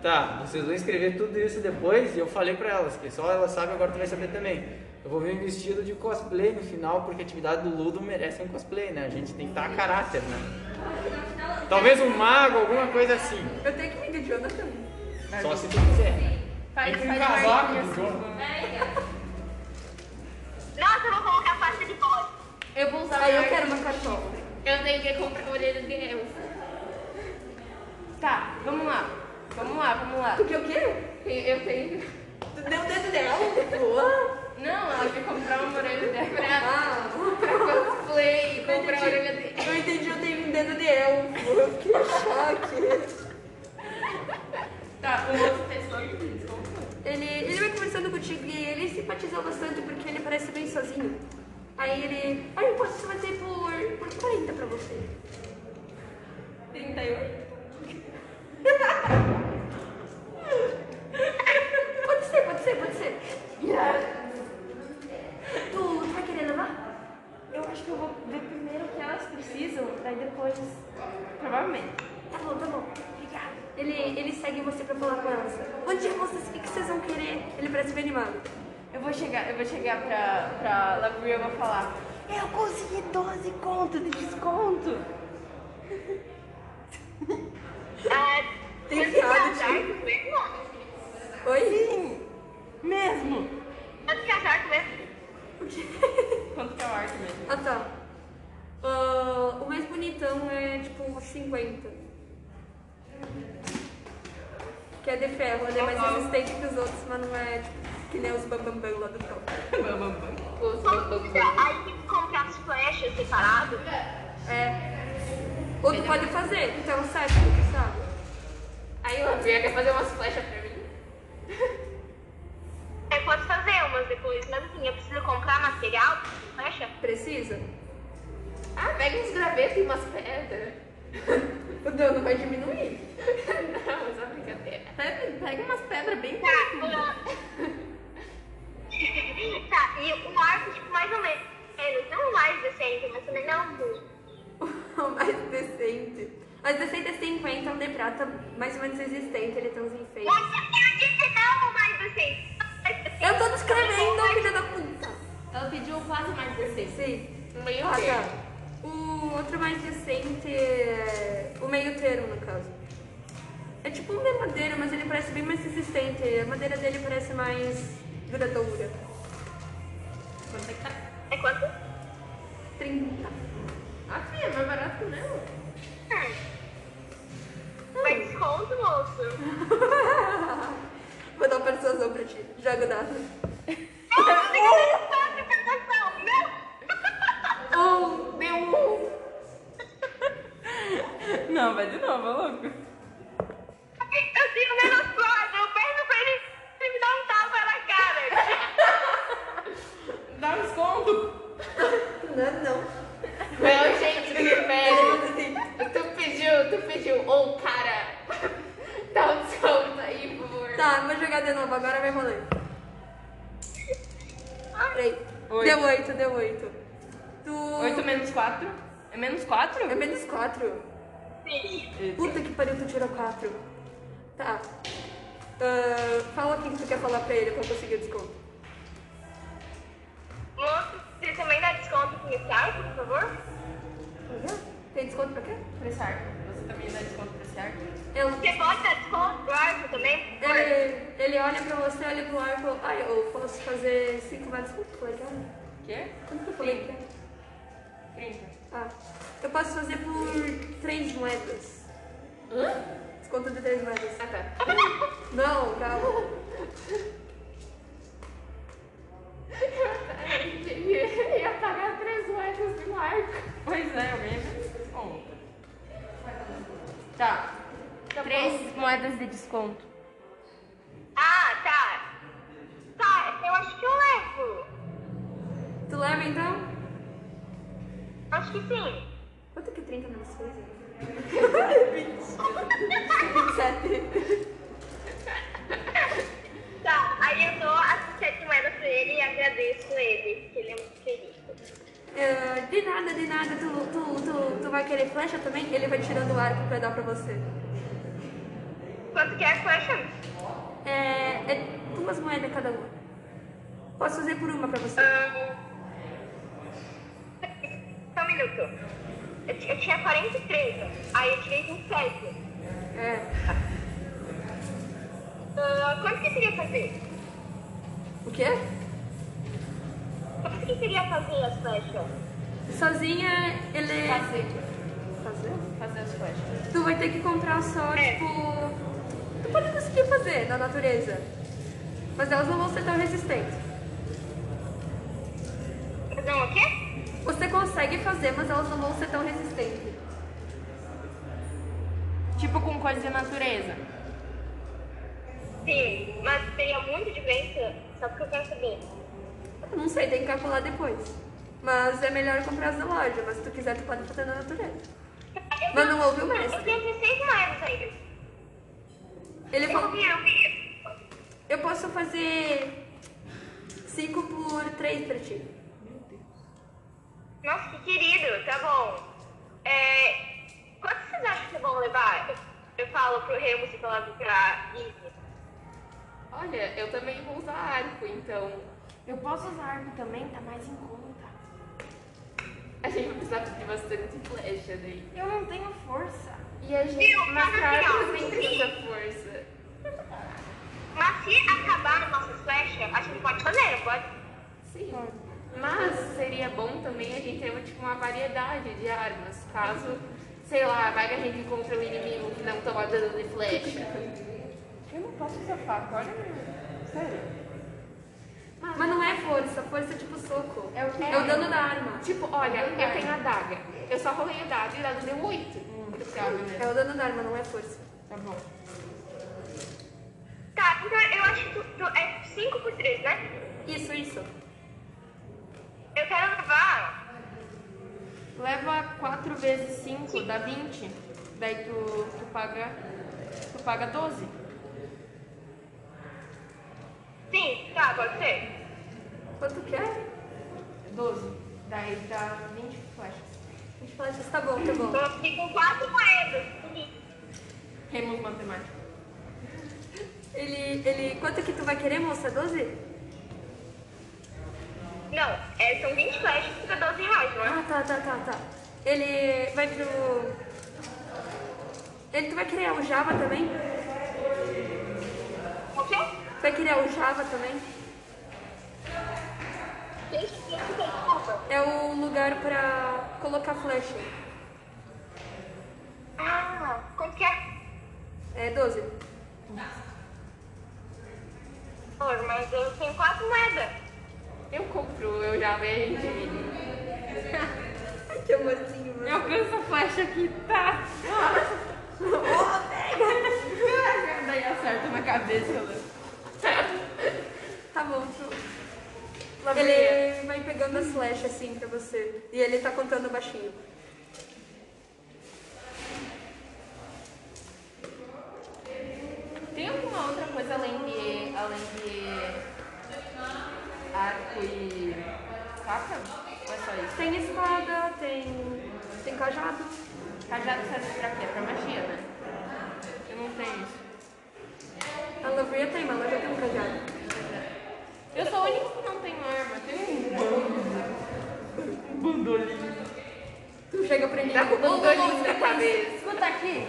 S13: Tá, vocês vão escrever tudo isso depois e eu falei pra elas que só elas sabem, agora tu vai saber também. Eu vou vir vestido de cosplay no final porque a atividade do Ludo merece um cosplay, né? A gente tem que estar a caráter, né? Talvez um mago, alguma coisa assim.
S6: Eu tenho que me de Jonathan.
S13: Só assim. se tu quiser. Tem
S2: Faz,
S13: que um
S2: faz
S13: casaco
S2: marquinha
S13: do
S2: assim.
S13: Jonathan.
S7: Nossa, eu vou colocar a faixa de bode.
S2: Eu vou usar
S6: Aí eu
S2: a
S6: quero uma
S2: marquinha.
S6: cachorra.
S2: Eu tenho que comprar a orelha de elfo. Tá, vamos lá. Vamos lá, vamos lá.
S6: Tu que o quê?
S2: Eu tenho.
S6: Tu deu o dedo dela?
S2: Não, ela quer comprar uma orelha de elfo pra
S6: Ah,
S2: pra cosplay, comprar a orelha de
S6: eu entendi, eu tenho um dedo de elfo. Eu fiquei em choque.
S2: Tá, o moço fez quanto de desconto?
S6: Ele, ele vai conversando contigo e ele simpatizou bastante porque ele parece bem sozinho. Aí ele, ah, eu posso fazer por, por 40 pra você.
S2: 38.
S6: <laughs> Pode ser, pode ser, pode ser. Tu, tu vai querer levar?
S2: Eu acho que eu vou ver primeiro o que elas precisam, daí depois. Provavelmente.
S6: Tá bom, tá bom. Obrigada. Ele, ele segue você pra falar com elas. Onde é vocês? O que que vocês vão querer? Ele parece bem animado.
S2: Eu vou chegar, eu vou chegar pra, pra Labrie e eu vou falar. Eu consegui 12 conto de desconto! <laughs> É,
S7: Ah,
S6: Tem
S7: você
S6: piada,
S2: tá
S7: casar
S6: gente.
S7: com ele?
S6: Oi?
S2: Mesmo!
S7: Pode casar com ele?
S2: Quanto que é o arco mesmo?
S6: Ah, tá. Ah, o mais bonitão é tipo uns 50. Que é de ferro, ele é mais resistente que os outros, mas não é tipo, que nem os bambambam lá do top.
S7: Convida a equipe comprar as flechas separado.
S6: É. Ou tu pode fazer, tu tem um site, tu sabe? <laughs>
S2: Aí o Labrie quer fazer umas flechas pra mim.
S7: Eu posso fazer umas depois, mas assim, eu preciso comprar material, flecha.
S6: Precisa?
S2: Ah, pega uns gravetos e umas pedras.
S6: O dano vai diminuir.
S2: Não, só brincadeira. Pega, pega umas pedras bem
S7: Tá,
S2: parecidas.
S7: ah, tá, e um arco, tipo, mais ou menos. Não mais decente, mas também não muito.
S6: O mais decente. Mas decente é 50, um de prata, mais ou menos resistente, ele é tem uns enfeites.
S7: Nossa, eu disse não assim, o mais decente.
S6: Eu tô descrevendo, filha da puta!
S2: Ela pediu quase mais decente.
S6: Sim.
S2: Meio
S6: Ah,
S2: termo.
S6: tá. O outro mais decente é o meio termo, no caso. É tipo um de madeira, mas ele parece bem mais resistente. A madeira dele parece mais duradoura.
S2: Quanto é que tá?
S7: É quanto?
S6: 30.
S2: Ah, filha, mais barato não.
S7: Hum. Mas desconto, moço.
S6: <laughs> Vou dar persuasão pra ti. Joga o
S7: <laughs>
S6: dado.
S15: Um, deu um. <laughs> Não, vai de novo, é louco.
S7: Eu tenho menos quatro, eu perco pra ele ele me dar um tapa na cara.
S15: Dá um desconto.
S6: Não, não.
S4: Não, gente, tu pede. Tu pediu, tu pediu. Ô, cara, dá um desconto aí, por favor.
S6: Tá, vou jogar de novo. Agora vai rolando. Peraí.
S2: Oito.
S6: Deu oito, deu oito. Tu...
S2: 8 menos 4? É menos 4?
S6: É menos quatro. Puta que pariu, tu tirou quatro. Tá. Ah, fala o que que tu quer falar pra ele pra eu conseguir o desconto.
S7: Moço, você também dá desconto pro Sarco, por favor?
S6: Tem desconto pra quê?
S2: Pra esse arco. Você também dá desconto pra esse arco?
S6: Eu...
S7: Você pode dar desconto pro Arco também?
S6: Ele, ele olha pra você, olha pro ar e fala, ai, eu posso fazer cinco mais desconto, legal?
S2: Quê?
S6: Quanto que eu falei que é?
S2: 30.
S6: Ah, eu posso fazer por três moedas. Hã? Desconto de três moedas. Ah, tá. Não, <laughs> calma.
S4: Eu ia pagar três moedas no arco.
S2: Pois é, eu ganhei menos desconto. Tá. Três moedas de desconto.
S7: Ah, tá. Tá, eu acho que eu levo.
S6: Tu leva então?
S7: Acho que sim.
S6: Quanto que é 30 menos 6? 27.
S7: <laughs> Tá, aí eu dou as sete moedas pra ele e agradeço ele, porque ele é muito querido.
S6: Ah, de nada, de nada. Tu, tu, tu, tu vai querer flecha também? Ele vai tirando o arco pra dar pra você.
S7: Quanto que é a flecha?
S6: É, é duas moedas cada uma. Posso fazer por uma pra você?
S7: Só um minuto. Eu, ti- eu tinha 43, aí eu tirei 27.
S6: É.
S7: Ah, quanto que seria fazer?
S6: O quê?
S7: Quanto que seria fazer as flechas?
S6: Sozinha, ele...
S7: Fazer.
S6: Fazer?
S2: Fazer as flechas.
S6: Tu vai ter que comprar só,
S7: É.
S6: tipo... Tu pode conseguir fazer na natureza. Mas elas não vão ser tão resistentes.
S7: Não, o quê?
S6: Você consegue fazer, mas elas não vão ser tão resistentes.
S2: Tipo com coisa da natureza.
S7: Sim, mas seria muito diferença, só porque eu quero saber.
S6: Eu Não sei, tem que calcular depois. Mas é melhor comprar as da loja, mas se tu quiser, tu pode fazer na natureza.
S7: Eu
S6: Mas não
S7: tenho-
S6: ouviu mais.
S7: Eu tenho 16 moedas ainda.
S6: Ele
S7: Eu
S6: falou,
S7: ouvi, eu ouvi.
S6: eu posso fazer 5 por 3 pra ti.
S7: Nossa, que querido, tá bom. É, quanto vocês acham que é bom levar? Eu falo pro Remus e falo pra Izzy.
S4: Olha, eu também vou usar arco, então.
S2: Eu posso usar arco também, tá mais em conta.
S4: A gente vai precisar de bastante flecha daí.
S2: Eu não tenho força.
S4: E a gente.
S7: Viu?
S4: Mas
S7: Mas
S4: pra
S7: assim, ó,
S4: arco nem precisa
S7: sim.
S4: força.
S7: Mas se acabar a nossa flecha, a gente pode fazer, não pode?
S4: Sim. Mas seria bom também a gente ter tipo, uma variedade de armas. Caso, sei lá, vai que a gente encontra um inimigo que não toma dano de flecha.
S2: Eu não posso usar faca, olha meu. Sério.
S4: Ah.
S6: Mas não é força, força é tipo soco.
S4: É o que?
S6: É o dano da arma.
S4: Tipo, olha,
S6: É o dano da
S4: eu tenho a
S6: arma.
S4: daga. Eu só rolei a daga e a daga deu 8.
S2: Hum.
S6: É o dano da arma, não é força.
S4: Tá bom.
S7: Tá, então eu acho que tu, tu é 5 por 3, né?
S6: Isso, isso.
S7: Eu quero levar.
S2: Leva 4 vezes 5, dá 20. Daí tu, tu paga. Tu paga 12.
S7: Sim, tá, pode ser.
S6: Quanto é? quer?
S2: 12. Daí dá 20 flechas.
S6: 20 flechas, tá bom, tá bom.
S7: Então, Eu fiquei com 4 moedas.
S2: Remos matemática.
S6: Ele, ele, quanto que tu vai querer, moça? 12?
S7: Não, é, são 20 flechas, fica 12 reais, não é?
S6: Ah, tá, tá, tá, tá. Ele vai pro... Ele, tu vai querer o Java também?
S7: O quê?
S6: Tu vai querer o Java também?
S7: Gente, o que é que tem, desculpa?
S6: É o lugar pra colocar flecha.
S7: Ah, quanto que é?
S6: É 12.
S7: Por, mas eu tenho quatro moedas.
S2: Eu compro, eu já vejo de mim. que amorzinho, mano. Eu canso a flecha aqui, tá? pega! Daí acerta na cabeça,
S6: Tá bom, show.
S16: Ele
S6: Ele vai pegando as flechas assim pra você. E ele tá contando baixinho.
S2: Tem alguma outra coisa além de. além de. arco e. faca? Ou é só isso?
S6: Tem espada, tem. tem cajado.
S2: Cajado serve pra quê? Pra magia, né? Eu não tenho isso.
S6: A Lavria tem, mas ela já tem um cajado.
S2: Eu sou o único que não tenho arma. Tem um bando. Um bandolim.
S6: Tu chega pra ele. Tá
S2: com bandolim na cabeça.
S6: Escuta aqui.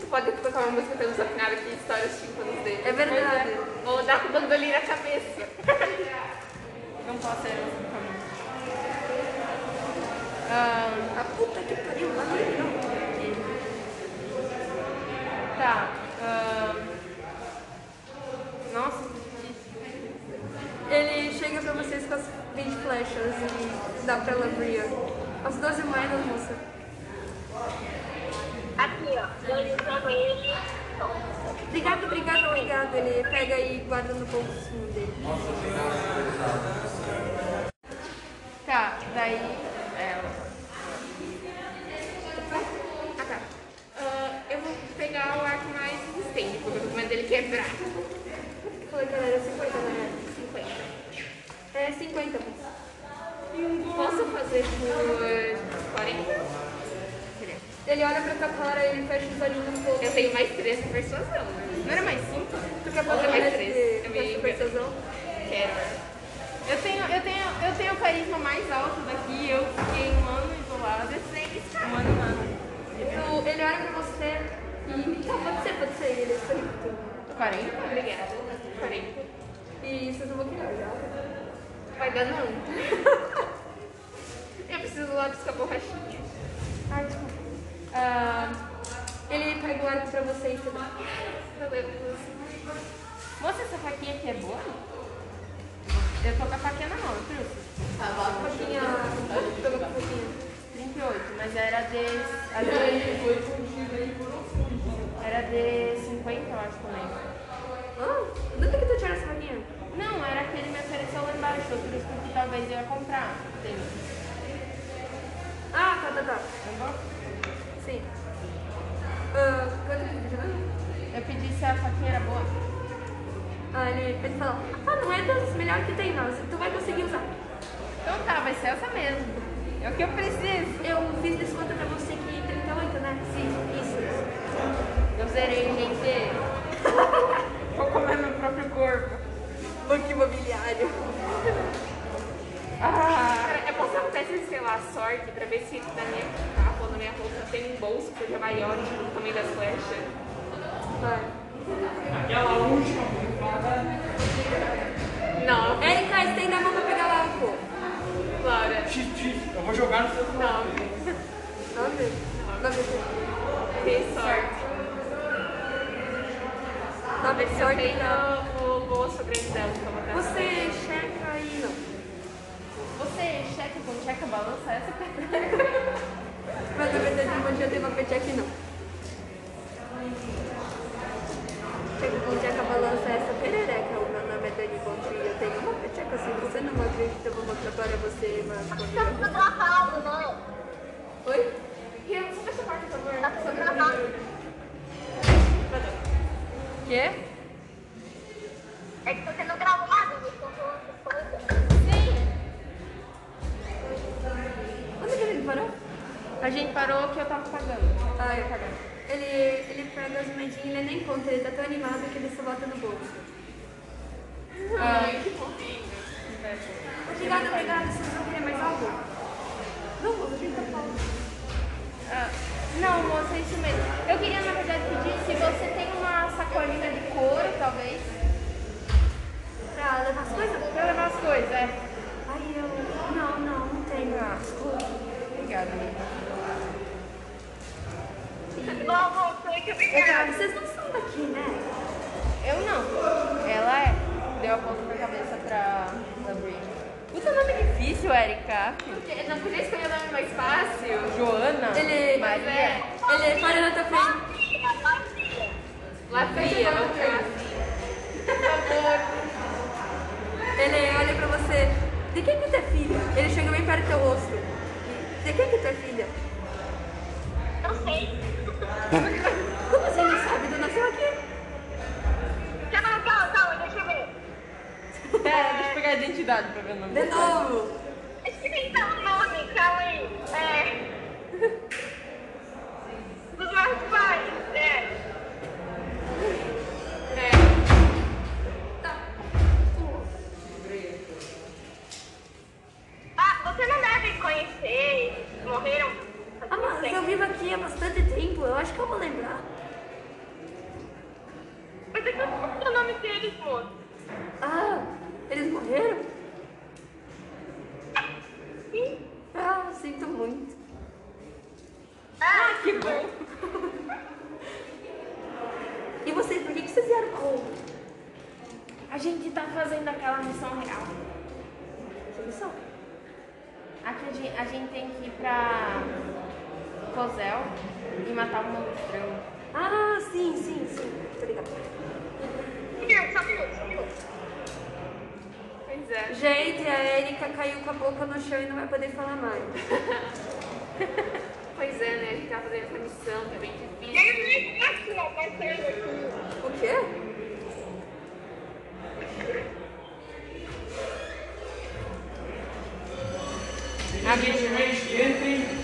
S2: Tu pode colocar uma música pelo desafinado que estoura os tímpanos dele.
S6: É verdade.
S2: Vou dar com o bandolim na cabeça. <laughs> Não posso ser assim A Ah, puta que pariu, lá não. Tá. ahn, Nossa, que difícil.
S6: Ele chega pra vocês com as 20 flechas e dá pra Lavria. As 12 moedas, moça.
S7: Aqui, ó. Dois vermelhos.
S6: Obrigado, obrigado, obrigado. Ele pega e guarda no bolsinho dele.
S2: Tá, daí. Ela. Ah, tá. Ah, eu vou pegar o arco mais resistente, porque eu tô com medo dele quebrar.
S6: Falei, galera, 50, né?
S2: 50.
S6: É 50, moça.
S2: Posso fazer por 40? Seria.
S6: Ele olha pra tua cara e fecha os olhos um pouco.
S2: Eu tenho mais 3 persuasão. né? Não era mais 5?
S6: Tu quer
S2: Ou
S6: fazer
S2: é mais
S6: mais
S2: 3?
S6: de- mais de
S2: persuasão? Quero. Eu tenho, eu, tenho, eu tenho o carisma mais alto daqui. Eu fiquei um ano isolada. Um ano, um ano.
S6: Tu- ele olha pra você e. Tá, pode ser, pode ser. Ele sorri pra tu.
S2: 40? Obrigada. 40.
S6: E vocês não vão querer já.
S2: Vai dar não. eu preciso do lápis com a borrachinha.
S6: Ai, desculpa. Ah, ele pega o arco pra vocês também.
S2: Valeu. Moça, essa faquinha aqui é boa? Eu tô com a faquinha na mão, viu? Tá bom.
S6: Faquinha. Pegou com faquinha.
S2: 38, mas era de. A de era de 50, eu acho também.
S6: Ah, de onde é que tu tirou essa faquinha?
S2: Não, era aquele que me ofereceu lá embaixo, eu trouxe porque talvez eu ia comprar. Entendeu?
S6: Ah, tá, tá, tá. Sim. Ah, quanto que tu pediu?
S2: Eu pedi se a faquinha era boa.
S6: Ah, ele, ele fala: Ah, não é das melhores que tem, não. Tu vai conseguir usar.
S2: Então tá, vai ser essa mesmo. É o que eu preciso.
S6: Eu fiz desconto pra você que 38, né? Sim, isso.
S2: Eu zerei, <laughs> gente. Vou comer meu próprio corpo.
S6: Banco imobiliário.
S2: Ah, É bom se eu peço, sei lá, sorte pra ver se na minha capa ou na minha roupa tem um bolso que já vai maior do tamanho das flechas.
S6: Vai.
S13: Aquela última é pancada.
S2: Não,
S6: Érica, estende a mão pra pegar o arco.
S2: Laura.
S13: Xixi, eu vou jogar no seu
S2: Não,
S6: Nove? Nove.
S2: tem sorte.
S6: Nove
S2: Mas
S6: de
S2: se eu
S6: sorte.
S2: tenho o bolso grandão que eu vou trazer.
S6: Você checa e não.
S2: Você checa com checa, balança é essa pedra.
S6: <laughs> Mas na verdade um não podia ter uma peteca e não. Checa com checa, balança essa perereca. O meu nome é Dani Bondi e eu tenho uma peteca. Se você não acredita, eu vou mostrar para você, mas...
S7: Tá tudo gravado, não.
S6: Oi?
S2: Rian, você fecha a porta, por favor.
S7: Tá tudo gravado.
S2: Quê?
S7: É que tá sendo gravado, eu tô falando coisa.
S6: Onde que ele parou?
S2: A gente parou que eu tava pagando.
S6: Ah, eu paguei. Ele, ele pega as moedinhas e ele nem conta. Ele tá tão animado que ele só bota no bolso.
S2: Ah,
S6: Obrigada, obrigada. Vocês vão querer mais algo? Não, vou tentar falar.
S2: Ah, Não, moça, é isso mesmo. Eu queria, na verdade, pedir se você tem uma sacolinha de couro, talvez,
S6: Pra levar as coisas?
S2: pra levar as coisas, é.
S6: Ai, eu. Não, não, não tenho.
S2: Obrigada, amiga.
S7: Vamos, você
S2: difícil, Erika.
S4: Porque não podia escolher o nome mais fácil.
S2: Joana?
S1: Ele-
S4: Mas é.
S1: Ele para na tua frente.
S4: Lafia, Lafia.
S1: Ele olha pra você. De quem que tu é filha? Ele chega bem perto do teu rosto. De quem que tu é filha?
S7: Não sei.
S1: Como você não sabe? Tu nasceu aqui.
S7: Calma, calma, calma, tá, deixa eu É. ver.
S2: Pera, É, deixa eu pegar a identidade pra ver o nome.
S1: De novo.
S7: Deixa eu pensar o tá nome, calma aí. É. Dos meus pais, é.
S2: É.
S1: Tá.
S7: Ah, você não deve conhecer. Morreram.
S1: Ah, mas eu vivo aqui há bastante tempo. Eu acho que eu vou lembrar.
S7: Mas é que eu não sei o nome deles, moço.
S1: Ah, eles morreram?
S7: Sim.
S1: Ah, sinto muito.
S7: Ah, que bom.
S1: <laughs> E vocês, por que, que vocês vieram pra rua?
S4: A gente tá fazendo aquela missão real.
S1: Que missão?
S4: Aqui a gente, a gente tem que ir pra Cozel e matar um monstrão.
S1: Ah, sim, sim, sim. Tô ligada.
S7: Só um minuto, só um minuto.
S4: Pois é.
S1: Gente, a Erika caiu com a boca no chão e não vai poder falar mais.
S4: Pois é, né? A gente tá fazendo essa missão, tá bem difícil.
S7: Tem mais aqui, ó, passando aqui.
S1: O quê?
S13: Gentilmente, entrem